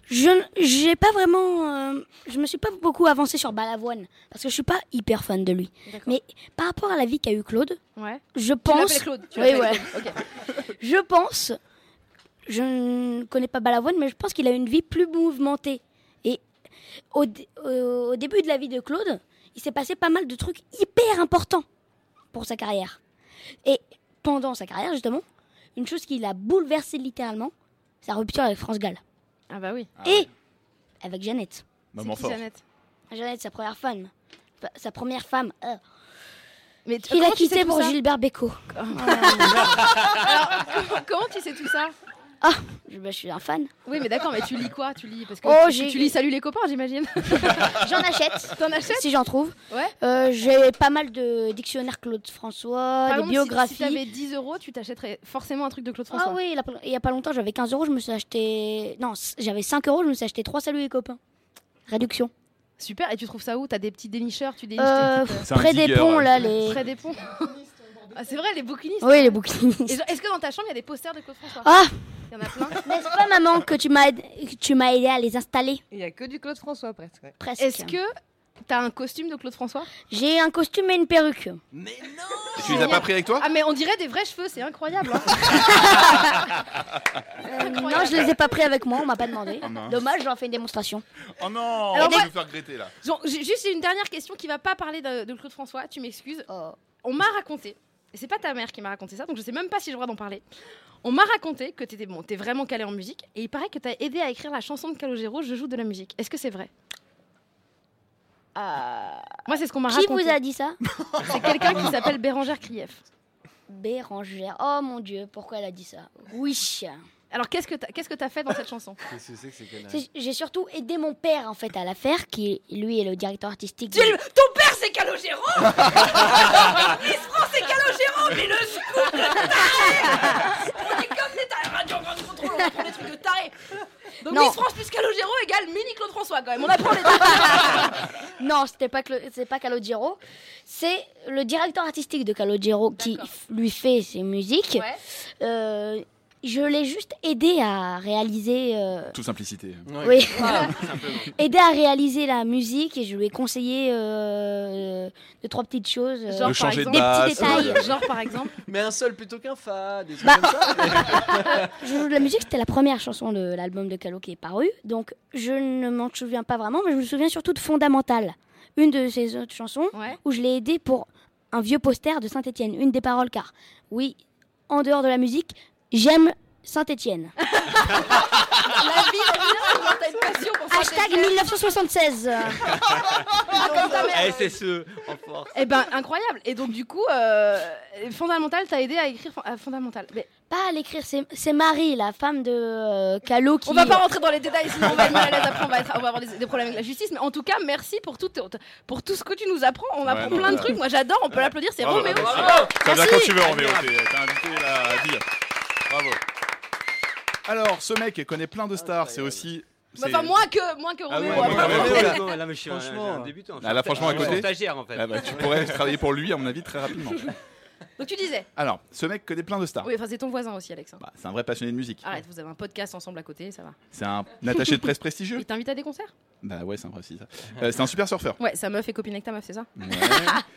Speaker 9: Je n- j'ai pas vraiment. euh, je me suis pas beaucoup avancée sur Balavoine parce que je suis pas hyper fan de lui. Mais par rapport à la vie qu'a eu Claude,
Speaker 4: Ouais.
Speaker 9: je
Speaker 4: Tu l'appelles
Speaker 9: pense.
Speaker 4: Claude. tu
Speaker 9: Oui,
Speaker 4: l'appelles
Speaker 9: ouais.
Speaker 4: Claude, ok.
Speaker 9: Je pense. Je ne connais pas Balavoine, mais je pense qu'il a une vie plus mouvementée. Et au, dé- au début de la vie de Claude, il s'est passé pas mal de trucs hyper importants pour sa carrière. Et pendant sa carrière, justement, une chose qui l'a bouleversé littéralement, sa rupture avec France Gall.
Speaker 4: Ah bah oui.
Speaker 9: Et avec Jeannette.
Speaker 3: Maman forte.
Speaker 9: Jeannette, sa première femme. Enfin, Sa première femme. euh.
Speaker 4: Mais
Speaker 9: Il a
Speaker 4: comment tu sais
Speaker 9: quitté
Speaker 4: tout
Speaker 9: pour
Speaker 4: ça
Speaker 9: Gilbert Bécaud.
Speaker 4: Alors, comment tu sais tout ça
Speaker 9: Ah, je, bah, je suis un fan.
Speaker 4: Oui, mais d'accord, mais tu lis quoi Tu lis parce que
Speaker 9: Oh,
Speaker 4: tu-
Speaker 9: j'ai-
Speaker 4: tu lis Salut les copains, j'imagine.
Speaker 9: J'en achète.
Speaker 4: T'en achètes
Speaker 9: Si j'en trouve.
Speaker 4: Ouais.
Speaker 9: Euh, j'ai pas mal de dictionnaires Claude François,
Speaker 4: Par
Speaker 9: Euh, des
Speaker 4: exemple, si-
Speaker 9: biographies.
Speaker 4: Si t'avais 10 euros, tu t'achèterais forcément un truc de Claude François.
Speaker 9: ah oui, il y a pas- il y a pas longtemps, j'avais 15 euros, je me suis acheté. Non, c- j'avais 5 euros, je me suis acheté 3 saluts les copains. Réduction.
Speaker 4: Super. Et tu trouves ça où T'as des petits dénicheurs, tu déniches
Speaker 9: Euh,
Speaker 4: des petites,
Speaker 9: C'est un près des digger, ponts, ouais. là, les-
Speaker 4: Près des ponts. Ah, c'est vrai, les bouquinistes.
Speaker 9: Oui, les bouquinistes.
Speaker 4: Et genre, Est-ce que dans ta chambre il y a des posters de Claude François
Speaker 9: Ah
Speaker 4: Il y en a plein.
Speaker 9: N'est-ce pas, maman, que tu m'as aidé, tu m'as aidé à les installer
Speaker 12: Il y a que du Claude François presque. ouais.
Speaker 9: Presque.
Speaker 4: Est-ce que t'as un costume de Claude François
Speaker 9: J'ai un costume et une perruque.
Speaker 3: Et tu les as pas pris avec toi
Speaker 4: Ah mais on dirait des vrais cheveux, c'est incroyable. hein.
Speaker 9: Euh, non, je les ai pas pris avec moi, on m'a pas demandé.
Speaker 3: Ah, mince.
Speaker 9: Dommage, j'en fais une démonstration.
Speaker 3: Oh
Speaker 4: Alors,
Speaker 3: non On va
Speaker 4: moi-
Speaker 3: nous faire regretter là.
Speaker 4: Genre, j'ai- juste j'ai une dernière question qui va pas parler de, de Claude François, tu m'excuses. On m'a raconté, et c'est pas ta mère qui m'a raconté ça, donc je sais même pas si j'ai le droit d'en parler. On m'a raconté que t'étais bon, t'es vraiment calé en musique, et il paraît que t'as aidé à écrire la chanson de Calogero, Je joue de la musique. Est-ce que c'est vrai Moi, c'est ce qu'on m'a
Speaker 9: Qui
Speaker 4: raconté.
Speaker 9: vous a dit ça
Speaker 4: C'est quelqu'un qui s'appelle Bérangère Krief.
Speaker 9: Bérangère. Oh mon dieu, pourquoi elle a dit ça Oui.
Speaker 4: Alors qu'est-ce que t'as qu'est-ce que t'as fait dans cette chanson
Speaker 10: Qu'est-ce que c'est que ces conneries
Speaker 9: C'est- J'ai surtout aidé mon père en fait à la faire, qui lui est le directeur artistique.
Speaker 4: Tu es le-
Speaker 9: Ton
Speaker 4: père c'est Calogero
Speaker 8: Miss France et Calogero, mais le secours de taré On est comme des tarés, radio grande contrôle, on apprend des trucs de taré
Speaker 4: Donc
Speaker 9: Non.
Speaker 4: Miss France plus Calogero égale mini Claude François quand même. On apprend les
Speaker 9: Non, c'était pas Clo- c'est pas Calogero, c'est le directeur artistique de Calogero qui f- lui fait ses musiques. Euh, je l'ai juste aidé à réaliser. euh,
Speaker 3: Tout simplicité.
Speaker 9: Oui. aidé à réaliser la musique et je lui ai conseillé euh, deux trois petites choses, euh,
Speaker 3: Genre, De changer
Speaker 9: des
Speaker 3: de
Speaker 9: petits
Speaker 3: basse,
Speaker 9: détails.
Speaker 3: euh,
Speaker 4: Genre par exemple.
Speaker 10: Mais un seul plutôt qu'un fa, des trucs
Speaker 9: Bah.
Speaker 10: comme ça.
Speaker 9: Je joue de la musique, c'était la première chanson de l'album de Calo qui est paru, donc je ne m'en souviens pas vraiment, mais je me souviens surtout de Fondamental, une de ses autres chansons, où je l'ai aidé pour un vieux poster de Saint-Étienne, une des paroles car oui, en dehors de la musique, j'aime Saint-Étienne.
Speaker 4: Ah,
Speaker 8: La vie, la vie, c'est quand t'as une passion pour
Speaker 9: Hashtag 1976.
Speaker 13: Eh, c'est ce, en force.
Speaker 4: Eh ben incroyable. Et donc du coup, euh, fondamental t'a aidé à écrire fon- à fondamental. Mais
Speaker 9: Pas à l'écrire, c'est c'est Marie, la femme de euh, Calo qui.
Speaker 4: on va pas rentrer dans les détails, sinon on va être mal à l'aise après, on va, être- on va avoir des, des problèmes avec la justice. Mais en tout cas, merci pour tout, pour tout ce que tu nous apprends. On apprend
Speaker 3: non, Ah,
Speaker 4: plein de
Speaker 3: voilà.
Speaker 4: trucs. Moi, j'adore. On peut l'applaudir. C'est
Speaker 3: Bravo,
Speaker 4: Roméo. hein.
Speaker 3: bravo. Ça vient
Speaker 4: Merci.
Speaker 3: quand tu veux en VO, t'es t'es invité là, à dire. Bravo. Alors, ce mec connaît plein
Speaker 13: Ah,
Speaker 3: de stars, c'est aussi.
Speaker 4: Bah,
Speaker 3: c'est-
Speaker 4: Enfin, moins que, moins que
Speaker 3: Ah
Speaker 4: Roméo. hein.
Speaker 3: ouais, ouais, ouais, ouais, ouais.
Speaker 13: Là, mais je suis un-
Speaker 10: Franchement,
Speaker 13: j'ai un débutant, je suis
Speaker 3: Bah, Là, là,
Speaker 13: un
Speaker 3: Ah, franchement, à
Speaker 13: stagiaire.
Speaker 3: côté.
Speaker 13: Je suis un stagiaire, en fait.
Speaker 3: Ah bah, tu pourrais travailler pour lui, à mon avis, très rapidement.
Speaker 4: Donc tu disais.
Speaker 3: Alors, ce mec connaît plein de stars.
Speaker 4: Oui, enfin, c'est ton voisin aussi, Alex. hein.
Speaker 3: Bah, c'est un vrai passionné de musique.
Speaker 4: Arrête, vous avez un podcast ensemble à côté, ça va.
Speaker 3: C'est un attaché de presse prestigieux.
Speaker 4: Il t'invite à des concerts
Speaker 3: Bah ouais, c'est un vrai aussi, ça. Euh, c'est un super surfeur.
Speaker 4: Ouais, sa meuf est copine avec ta meuf, c'est ça
Speaker 3: Ouais.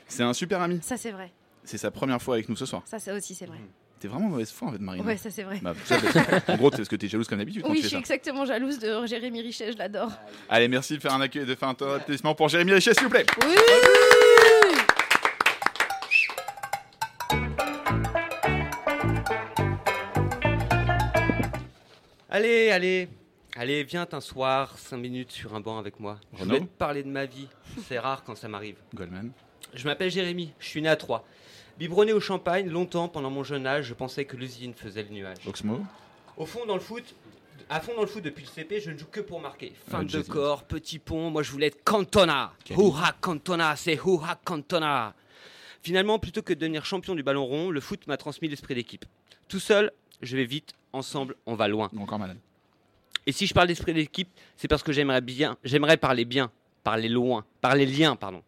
Speaker 3: c'est un super ami.
Speaker 4: Ça, c'est vrai.
Speaker 3: C'est sa première fois avec nous ce soir.
Speaker 4: Ça, c'est aussi, c'est vrai.
Speaker 3: T'es vraiment mauvaise foi en fait, Marine.
Speaker 4: Ouais, ça, c'est vrai.
Speaker 3: Bah, ça, parce- en gros, c'est parce que t'es jalouse comme d'habitude. quand
Speaker 4: Oui,
Speaker 3: tu
Speaker 4: je
Speaker 3: fais
Speaker 4: suis
Speaker 3: ça. Ah
Speaker 4: exactement jalouse de Jérémy Richet, je l'adore.
Speaker 3: Allez, merci de faire un accueil, de faire un applaudissement pour Jérémy Richet, s'il vous plaît.
Speaker 4: Oui
Speaker 13: Allez, allez. Allez, viens un soir, 5 minutes sur un banc avec moi. Je
Speaker 3: Renaud
Speaker 13: vais te parler de ma vie. C'est rare quand ça m'arrive.
Speaker 3: Goldman.
Speaker 13: Je m'appelle Jérémy, je suis né à Troyes. Biberonné au champagne, longtemps, pendant mon jeune âge, je pensais que l'usine faisait le nuage.
Speaker 3: Oxmo.
Speaker 13: Au fond, dans le foot, à fond dans le foot depuis le CP, je ne joue que pour marquer. Fin
Speaker 3: Ah,
Speaker 13: de
Speaker 3: Jay-Z.
Speaker 13: corps, petit pont, moi je voulais être Cantona. Hurra Cantona, c'est Hurra Cantona. Finalement, plutôt que de devenir champion du ballon rond, le foot m'a transmis l'esprit d'équipe. Tout seul, je vais vite, ensemble, on va loin.
Speaker 3: Encore malade.
Speaker 13: Et si je parle d'esprit d'équipe, c'est parce que j'aimerais bien, j'aimerais parler bien, parler loin, parler lien, pardon.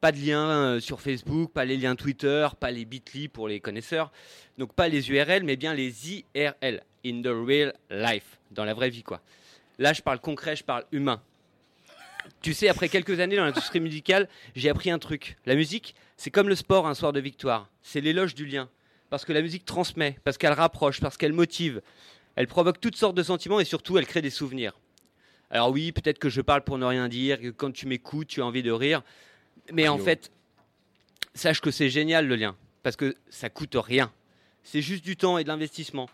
Speaker 13: Pas de lien euh, sur Facebook, pas les liens Twitter, pas les bit.ly pour les connaisseurs. Donc pas les URL, mais bien les IRL, in the real life, dans la vraie vie quoi. Là, je parle concret, je parle humain. Tu sais, après quelques années dans l'industrie musicale, j'ai appris un truc. La musique, c'est comme le sport un soir de victoire. C'est l'éloge du lien. Parce que la musique transmet, parce qu'elle rapproche, parce qu'elle motive. Elle provoque toutes sortes de sentiments et surtout, elle crée des souvenirs. Alors oui, peut-être que je parle pour ne rien dire, que quand tu m'écoutes, tu as envie de rire. Mais en
Speaker 10: Yo.
Speaker 13: fait, sache que c'est génial le lien. Parce que ça coûte rien. C'est juste du temps et de l'investissement.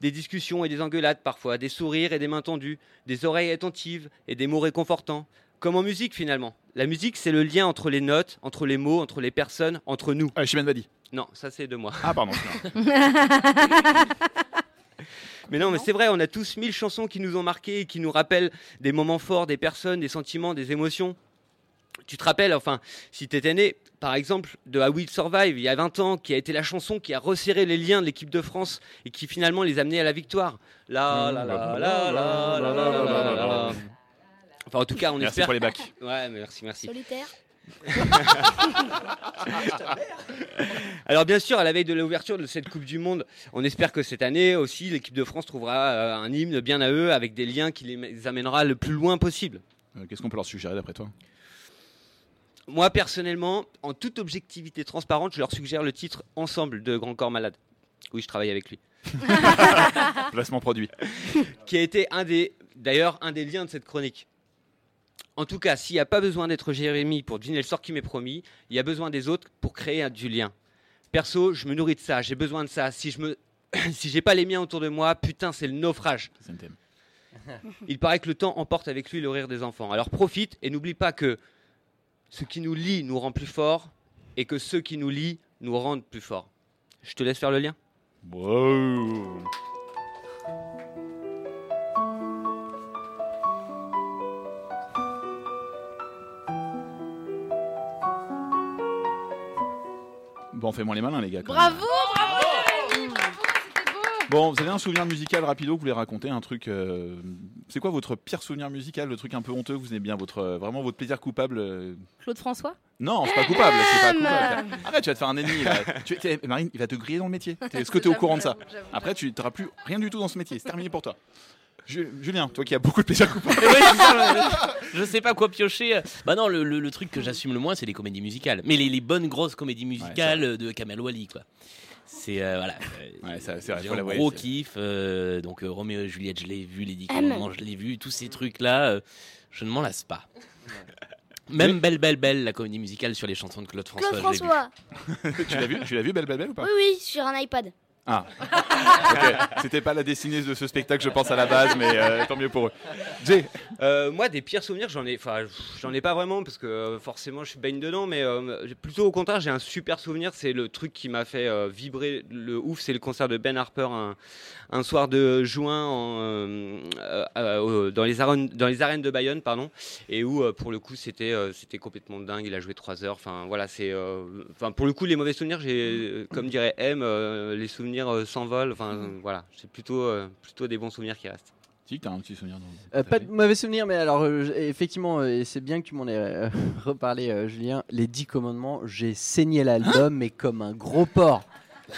Speaker 13: Des discussions et des engueulades parfois, des sourires et des mains tendues, des oreilles attentives et des mots réconfortants. Comme en musique finalement. La musique, c'est le lien entre les notes, entre les mots, entre les personnes, entre nous.
Speaker 3: Euh, Chimène Badi.
Speaker 13: Non, ça c'est de moi.
Speaker 3: Ah pardon.
Speaker 13: mais non, mais c'est vrai, on a tous mille chansons qui nous ont marqués et qui nous rappellent des moments forts, des personnes, des sentiments, des émotions. Tu te rappelles, enfin, si t'étais né, par exemple, de How Will Survive il y a 20 ans, qui a été la chanson qui a resserré les liens de l'équipe de France et qui finalement les a amenés à la victoire. Là, là, là, là, là, là, là, là, là, là, là. Enfin, en tout cas, on
Speaker 3: Merci
Speaker 13: espère.
Speaker 3: pour les bacs.
Speaker 13: Ouais, mais merci, merci.
Speaker 9: Solitaire.
Speaker 13: Alors bien sûr, à la veille de l'ouverture de cette Coupe du Monde, on espère que cette année aussi, l'équipe de France trouvera euh, un hymne bien à eux, avec des liens qui les amènera le plus loin possible.
Speaker 3: Euh, Qu'est-ce qu'on peut leur suggérer d'après toi
Speaker 13: Moi personnellement, en toute objectivité transparente, je leur suggère le titre Ensemble de Grand Corps Malade. Oui, je travaille avec lui.
Speaker 3: Placement produit.
Speaker 13: qui a été un des, d'ailleurs, un des liens de cette chronique. En tout cas, s'il n'y a pas besoin d'être Jérémy pour deviner le sort qui m'est promis, il y a besoin des autres pour créer un- du lien. Perso, je me nourris de ça, j'ai besoin de ça. Si je me, si j'ai pas les miens autour de moi, putain, c'est le naufrage. Il paraît que le temps emporte avec lui le rire des enfants. Alors profite et n'oublie pas que ce qui nous lie nous rend plus forts et que ceux qui nous lient nous rendent plus forts. Je te laisse faire le lien.
Speaker 3: Wow. Bon, fais-moi les malins, les gars. quand même.
Speaker 4: Bravo, bravo, Jérémy, bravo, c'était beau.
Speaker 3: Bon, vous avez un souvenir musical rapido que vous voulez raconter un truc. euh, c'est quoi votre pire souvenir musical, le truc un peu honteux que vous aimez bien, votre euh, vraiment votre plaisir coupable euh,
Speaker 4: Claude François
Speaker 3: Non, c'est pas coupable. c'est pas
Speaker 4: Ahem.
Speaker 3: coupable. Arrête, tu vas te faire un ennemi. là. tu, tu- Marine, il va te griller dans le métier. T'es- Est-ce que tu es au
Speaker 4: J'avoue,
Speaker 3: courant de ça
Speaker 4: j'avoue, j'avoue,
Speaker 3: Après, tu n'auras plus rien du tout dans ce métier. C'est terminé pour toi. Ju- Julien, toi qui as beaucoup de plaisir coupable.
Speaker 7: Mais Eh ouais, c'est ça, je- je sais pas quoi piocher. Bah non, le, le- le truc que j'assume le moins, c'est les comédies musicales. Mais les, les bonnes grosses comédies musicales euh, de Kamel Wally, quoi. C'est euh, voilà.
Speaker 3: Ouais, ça- c'est vrai,
Speaker 7: J'ai
Speaker 3: faut
Speaker 7: un
Speaker 3: l'avouer,
Speaker 7: gros
Speaker 3: c'est-
Speaker 7: kiff. euh, donc euh, Roméo et Juliette, je l'ai vu. Les Dix
Speaker 9: Ah, mais-
Speaker 7: euh, Commandements, je l'ai vu. Tous ces trucs là, je ne m'en lasse pas. Même Belle Belle Belle, la comédie musicale sur les chansons de Claude François.
Speaker 9: Claude
Speaker 7: je l'ai vu.
Speaker 9: François.
Speaker 3: tu l'as vu, tu l'as vu, Belle Belle Belle ou pas
Speaker 9: Oui, oui, sur un iPad.
Speaker 3: Ah.
Speaker 4: Ah.
Speaker 3: Ok. C'était pas la destinée de ce spectacle, je pense à la base, mais euh, tant mieux pour eux. Jay,
Speaker 13: Euh, moi, des pires souvenirs, j'en ai, enfin, pff, j'en ai pas vraiment parce que euh, forcément, je baigne dedans. Mais euh, j'ai- plutôt au contraire, j'ai un super souvenir. C'est le truc qui m'a fait euh, vibrer le ouf. C'est le concert de Ben Harper un, un soir de juin en, euh, euh, euh, dans les arènes, dans les arènes de Bayonne, pardon, et où euh, pour le coup, c'était, euh, c'était complètement dingue. Il a joué trois heures. Enfin, voilà, c'est, euh, enfin, pour le coup, les mauvais souvenirs, j'ai, euh, comme dirait M, euh, les souvenirs euh, s'envolent. Enfin, voilà, c'est plutôt, euh, plutôt des bons souvenirs qui restent.
Speaker 3: Si, t'as un petit souvenir dans
Speaker 5: Euh, pas de mauvais souvenirs, mais alors euh, j- effectivement, euh, et c'est bien que tu m'en aies euh, reparlé, euh, Julien. Les 10 commandements, j'ai saigné
Speaker 3: Hein
Speaker 5: l'album, mais comme un gros porc.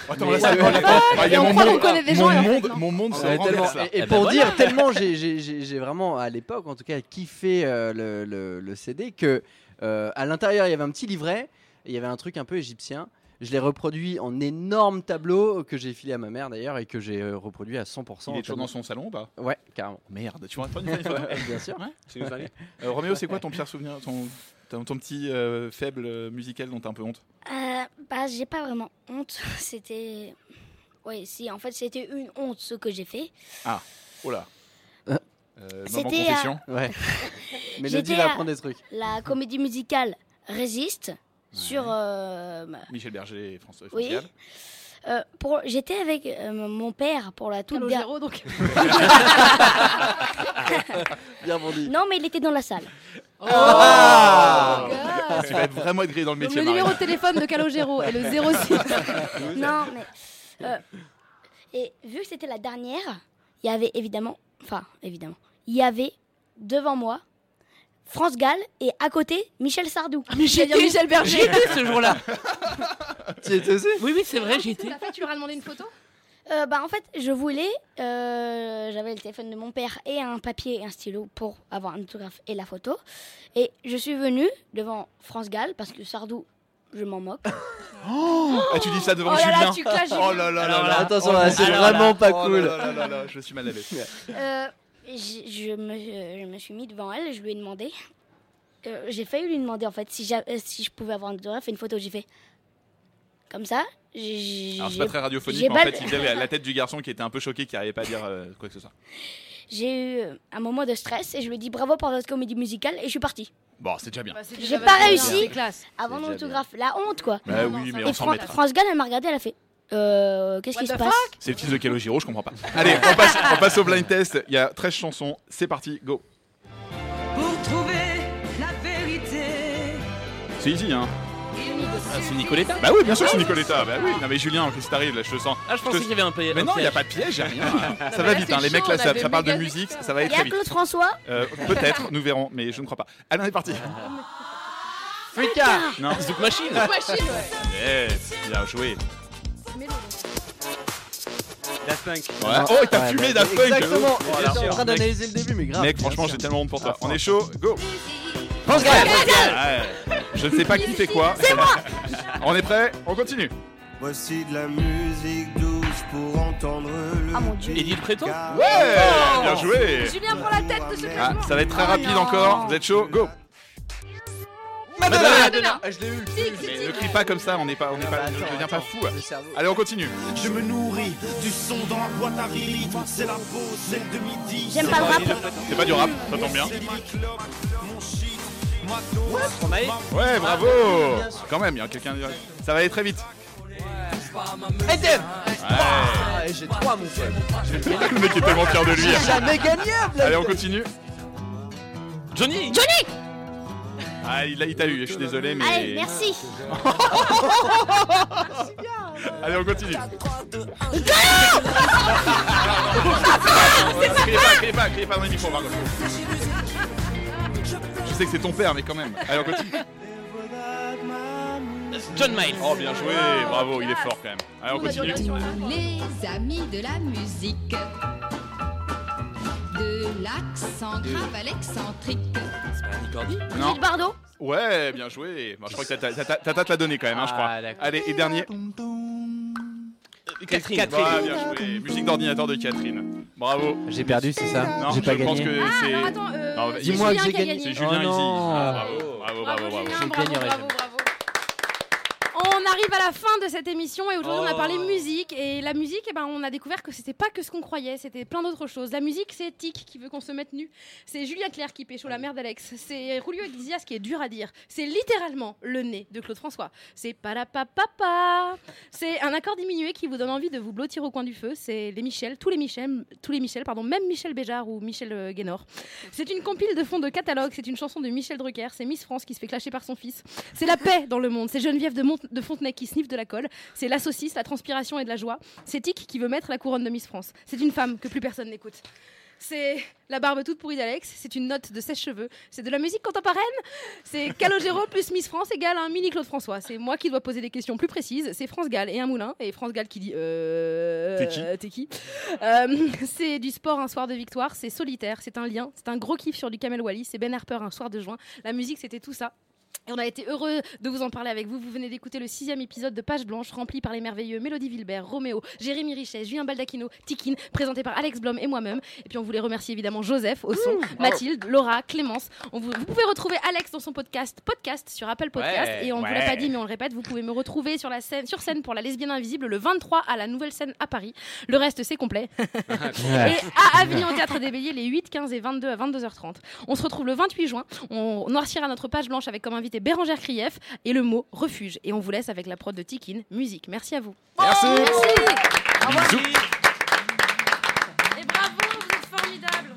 Speaker 3: Attends,
Speaker 5: Mais-
Speaker 3: là, ça me parle pas. Ah, il y a mon monde- mon monde- mon monde se
Speaker 5: Ah,
Speaker 3: renverse,
Speaker 5: tellement-
Speaker 3: là.
Speaker 5: Et, et
Speaker 3: Eh ben
Speaker 5: pour
Speaker 3: voilà.
Speaker 5: dire tellement j'ai- j'ai j'ai- j'ai vraiment à l'époque en tout cas kiffé euh, le, le- le CD que euh, à l'intérieur il y avait un petit livret, et il y avait un truc un peu égyptien. Je l'ai reproduit en énorme tableau que j'ai filé à ma mère d'ailleurs et que j'ai euh, reproduit à 100%.
Speaker 3: Il est
Speaker 5: en
Speaker 3: toujours
Speaker 5: tableau.
Speaker 3: dans son salon ou pas
Speaker 5: Ouais, carrément.
Speaker 3: Merde, tu m'aurais pas une une photo
Speaker 5: Bien sûr.
Speaker 3: Ouais, tu nous invites. Euh, Roméo, c'est quoi ton pire souvenir ton, ton, ton petit euh, faible euh, musical dont t'as un peu honte
Speaker 9: Euh, bah, j'ai pas vraiment honte. C'était. Oui, si, en fait, c'était une honte ce que j'ai fait.
Speaker 3: Ah, oh là. Euh, maman
Speaker 9: C'était,
Speaker 3: confession
Speaker 9: euh,
Speaker 5: Ouais.
Speaker 9: J'étais
Speaker 5: va
Speaker 9: à
Speaker 5: apprendre des trucs.
Speaker 9: La comédie musicale Résiste sur. euh, ma-
Speaker 3: Michel Berger et François
Speaker 9: Oui.
Speaker 3: François Gall.
Speaker 9: Euh, pour, j'étais avec euh, mon père pour la toute dernière.
Speaker 2: donc.
Speaker 5: Bien Oh bon dit.
Speaker 9: non, Oh mais il était dans la salle.
Speaker 3: Ah Tu vas vraiment être grillé dans le
Speaker 2: Donc
Speaker 3: métier,
Speaker 2: le numéro de
Speaker 3: Marie.
Speaker 2: téléphone de Calogero est le 06.
Speaker 9: non, mais. euh, et vu que c'était la dernière, il y avait évidemment. Enfin, évidemment. Il y avait devant moi France Gall et à côté Michel Sardou.
Speaker 2: Michel-
Speaker 9: C'est-à-dire
Speaker 2: Michel Berger.
Speaker 7: J'y étais Ah, ce jour-là.
Speaker 5: tu étais aussi
Speaker 7: Oui, oui, c'est vrai, j'y étais.
Speaker 2: T'as fait, tu leur as demandé une photo
Speaker 9: Euh, bah en fait, je voulais, euh, j'avais le téléphone de mon père et un papier et un stylo pour avoir un autographe et la photo. Et je suis venue devant France Gall parce que Sardou, je m'en moque.
Speaker 3: Ah, tu dis ça devant
Speaker 9: Oh là là,
Speaker 3: Julien
Speaker 9: tu clashes
Speaker 3: Oh là là là
Speaker 5: Alors
Speaker 3: là
Speaker 5: là, attention,
Speaker 3: Oh
Speaker 5: là,
Speaker 3: là
Speaker 5: c'est
Speaker 3: là là
Speaker 5: vraiment pas
Speaker 3: Oh là
Speaker 5: cool.
Speaker 3: là là là là, Je suis mal à l'aise.
Speaker 9: Euh, j- je, me, euh, je me suis mis devant elle, je lui ai demandé. Euh, j'ai failli lui demander en fait si, j'a- euh, si je pouvais avoir un autographe et une photo. J'ai fait comme ça. j'ai- j'ai-
Speaker 3: Alors, c'est pas très radiophonique,
Speaker 9: j'ai
Speaker 3: mais en
Speaker 9: pas
Speaker 3: fait,
Speaker 9: le-
Speaker 3: il faisait la- la tête du garçon qui était un peu choqué, qui arrivait pas à dire euh, quoi que ce soit.
Speaker 9: J'ai eu euh, un moment de stress et je lui ai dit bravo pour votre comédie musicale et je suis partie.
Speaker 3: Bon, c'est déjà bien.
Speaker 9: J'ai pas réussi.
Speaker 2: C'est classe.
Speaker 9: Avant
Speaker 3: C'est
Speaker 9: mon
Speaker 3: déjà
Speaker 9: autographe, la honte quoi.
Speaker 3: Bah Non, non, oui, ça mais va. on
Speaker 9: et
Speaker 3: s'en
Speaker 9: Fran-
Speaker 3: remettra.
Speaker 9: France Gall, elle m'a regardé, elle a fait euh, qu'est-ce qui se passe
Speaker 3: C'est le fils de Calogiro, je comprends pas. Allez, on passe, on passe au blind test. Il y a 13 chansons. C'est parti, go.
Speaker 16: Pour trouver la vérité.
Speaker 3: C'est easy, hein
Speaker 7: c'est Ah, Nicoletta
Speaker 3: Bah oui, bien sûr, c'est Nicoletta. Bah oui, non mais Julien, qu'est-ce qui t'arrive là Je te sens.
Speaker 7: Ah, je pensais
Speaker 3: te-
Speaker 7: qu'il y avait un pi-
Speaker 3: Mais
Speaker 7: un
Speaker 3: non, il n'y a
Speaker 7: piège.
Speaker 3: pas de piège, y a rien.
Speaker 7: mais
Speaker 3: ça
Speaker 7: là,
Speaker 3: va vite,
Speaker 7: c'est
Speaker 3: hein, les mecs
Speaker 7: chaud,
Speaker 3: là,
Speaker 7: on
Speaker 3: ça,
Speaker 7: avait
Speaker 3: ça parle de
Speaker 7: méga
Speaker 3: musique,
Speaker 7: experts.
Speaker 3: ça va
Speaker 9: Il
Speaker 3: être
Speaker 9: y a
Speaker 3: très vite.
Speaker 9: Claude François.
Speaker 3: Euh, Peut-être, nous verrons, mais je ne crois pas. Allez, on est parti.
Speaker 7: Fricard
Speaker 3: Non,
Speaker 7: Zouk Machine
Speaker 3: Zouk
Speaker 2: Machine, ouais.
Speaker 3: Yes, bien joué.
Speaker 13: Daft Punk.
Speaker 3: Ouais. Oh, et t'as
Speaker 5: Ouais,
Speaker 3: fumé
Speaker 5: bah,
Speaker 3: Daft Punk
Speaker 5: Exactement.
Speaker 3: Oh, là,
Speaker 5: J'étais en
Speaker 3: mec.
Speaker 5: train d'analyser le début, mais grave.
Speaker 3: Mec, franchement, j'ai tellement honte pour toi. On est chaud, go
Speaker 5: France Gall.
Speaker 3: Ah, Ouais. Je ne sais pas qui fait quoi. C'est moi On est prêt On continue
Speaker 17: Voici de la musique douce pour entendre le. Ah mon dieu.
Speaker 7: Edith Préto
Speaker 3: Ouais Bien joué
Speaker 2: Julien prend la tête de ce
Speaker 3: Ah,
Speaker 2: classement.
Speaker 3: ça va être très rapide encore. Vous êtes chaud Go
Speaker 5: Madonna.
Speaker 2: Madonna.
Speaker 5: Ah, je l'ai eu.
Speaker 3: Mais ne crie pas comme ça, on n'est pas, on n'est pas, je deviens pas fou. Allez, on continue.
Speaker 17: Je me nourris du son dans la boîte à rythme. C'est la pause, celle de midi.
Speaker 9: J'aime pas le rap.
Speaker 3: C'est pas du rap, ça tombe bien.
Speaker 13: Stromae
Speaker 3: Ouais, bravo Quand même, il y a quelqu'un. Ça va aller très vite.
Speaker 5: Eden.
Speaker 3: Ouais.
Speaker 5: Ah, J'ai trois, mon pote.
Speaker 3: Le mec est tellement fier de lui.
Speaker 5: J'ai jamais gagné, blague.
Speaker 3: Allez, on continue.
Speaker 7: Johnny
Speaker 9: Johnny
Speaker 3: Ah, il a- il t'a eu, je suis désolé, Eh, mais.
Speaker 9: Allez, merci.
Speaker 3: Allez, on continue. Criez pas, criez pas, criez pas dans les micros, par contre. Je sais que c'est ton père, mais quand même. Allez, on continue.
Speaker 7: John Miles.
Speaker 3: Oh, bien joué, bravo, il est fort quand même. Allez, Ah, on continue.
Speaker 18: Les amis de la musique, de l'accent grave à l'excentrique.
Speaker 3: Non.
Speaker 9: Gilles Bardot
Speaker 3: Ouais, bien joué. Bon, je crois que Tata- Tata Tata te l'a donné quand même, hein, je
Speaker 13: Ah,
Speaker 3: crois.
Speaker 13: d'accord.
Speaker 3: Allez, et dernier.
Speaker 13: Catherine.
Speaker 3: Voilà, bien joué. Musique d'ordinateur de Catherine. Bravo.
Speaker 5: J'ai perdu, c'est ça
Speaker 3: Non,
Speaker 5: J'ai pas
Speaker 3: je pense
Speaker 5: gagné. Oh,
Speaker 3: que
Speaker 2: Ah,
Speaker 3: c'est.
Speaker 2: alors attends, euh,
Speaker 3: Non, mais- Oh,
Speaker 2: c'est Julien qui a gagné.
Speaker 3: C'est Julien ici. Ah, bravo.
Speaker 8: Bravo,
Speaker 4: Bravo,
Speaker 8: bravo, bravo.
Speaker 4: Julien, bravo, bravo, bravo. On arrive à la fin de cette émission et aujourd'hui on a parlé
Speaker 3: Oh.
Speaker 4: musique et la musique eh ben, on a découvert que c'était pas que ce qu'on croyait, c'était plein d'autres choses. La musique c'est Tic qui veut qu'on se mette nu, c'est Julien Clerc qui pécho la mère d'Alex, c'est Rulio Iglesias qui est dur à dire, c'est littéralement le nez de Claude François, c'est papa c'est un accord diminué qui vous donne envie de vous blottir au coin du feu, c'est les Michel, tous les Michel, tous les Michel pardon, même Michel Béjart ou Michel euh, Guénor. C'est une compile de fonds de catalogue, c'est une chanson de Michel Drucker, c'est Miss France qui se fait clasher par son fils. C'est la paix dans le monde, c'est Geneviève de, Mont- de Fontenay qui sniffe de la colle, c'est la saucisse, la transpiration et de la joie, c'est Tic qui veut mettre la couronne de Miss France. C'est une femme que plus personne n'écoute. C'est la barbe toute pourrie d'Alex, c'est une note de sèche-cheveux, c'est de la musique contemporaine, c'est Calogero plus Miss France égale un mini Claude François. C'est moi qui dois poser des questions plus précises, c'est France Gall et un moulin, et France Gall qui dit euh,
Speaker 8: T'es qui
Speaker 4: euh, T'es qui Euh, C'est du sport un soir de victoire, c'est solitaire, c'est un lien, c'est un gros kiff sur du Camel Wally, c'est Ben Harper un soir de juin. La musique c'était tout ça, et on a été heureux de vous en parler avec vous. Vous venez d'écouter le sixième épisode de Page Blanche, rempli par les merveilleux Mélodie Vilbert, Roméo, Jérémy Richet, Julien Baldacchino, Tikin, présenté par Alex Blom et moi-même. Et puis on voulait remercier évidemment Joseph au son,
Speaker 12: Mmh.
Speaker 4: Mathilde, Laura, Clémence. On vous, vous pouvez retrouver Alex dans son podcast, podcast sur Apple Podcast.
Speaker 12: Ouais,
Speaker 4: et on ne vous l'a
Speaker 12: ouais.
Speaker 4: pas dit, mais on le répète, vous pouvez me retrouver sur, la scène, sur scène pour La Lesbienne Invisible le 23 à la Nouvelle Scène à Paris. Le reste, c'est complet. Et à Avignon au Théâtre des Béliers les 8, 15 et 22 à 22h30. On se retrouve le 28 juin. On noircira notre page blanche avec comme invité Bérangère Krief et le mot refuge. Et on vous laisse avec la prod de Tikin, musique. Merci à vous.
Speaker 8: Merci. Bisous.
Speaker 4: Et bravo, vous êtes formidables.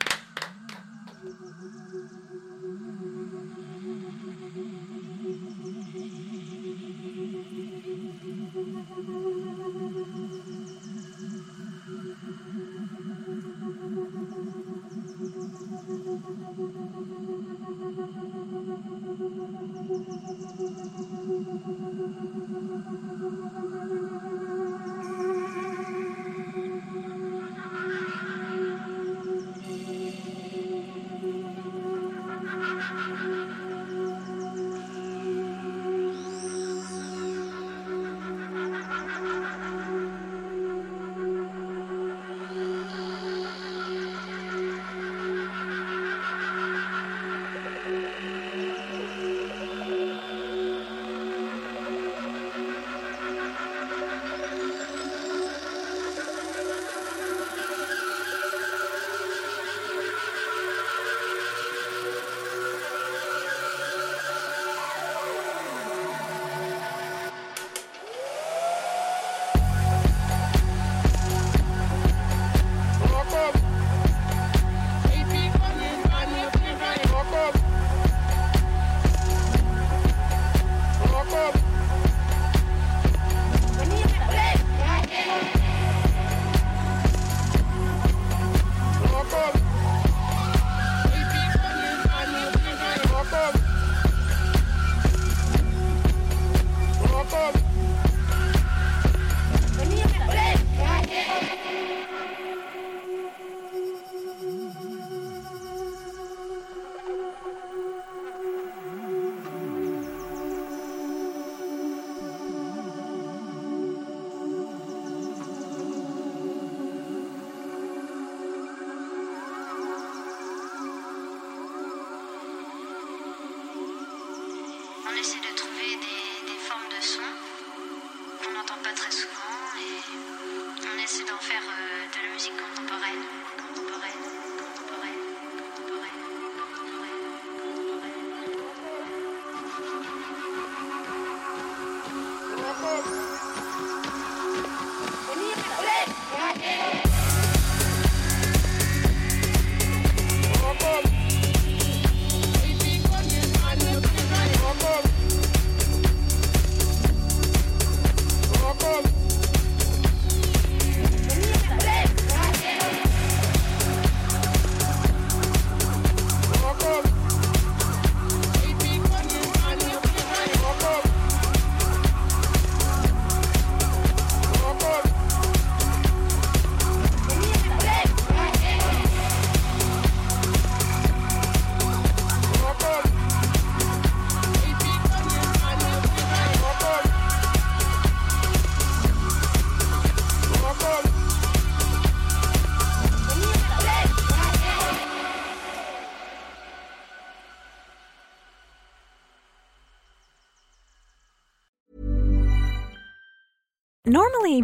Speaker 19: Thank you.
Speaker 6: euh,
Speaker 20: Normally,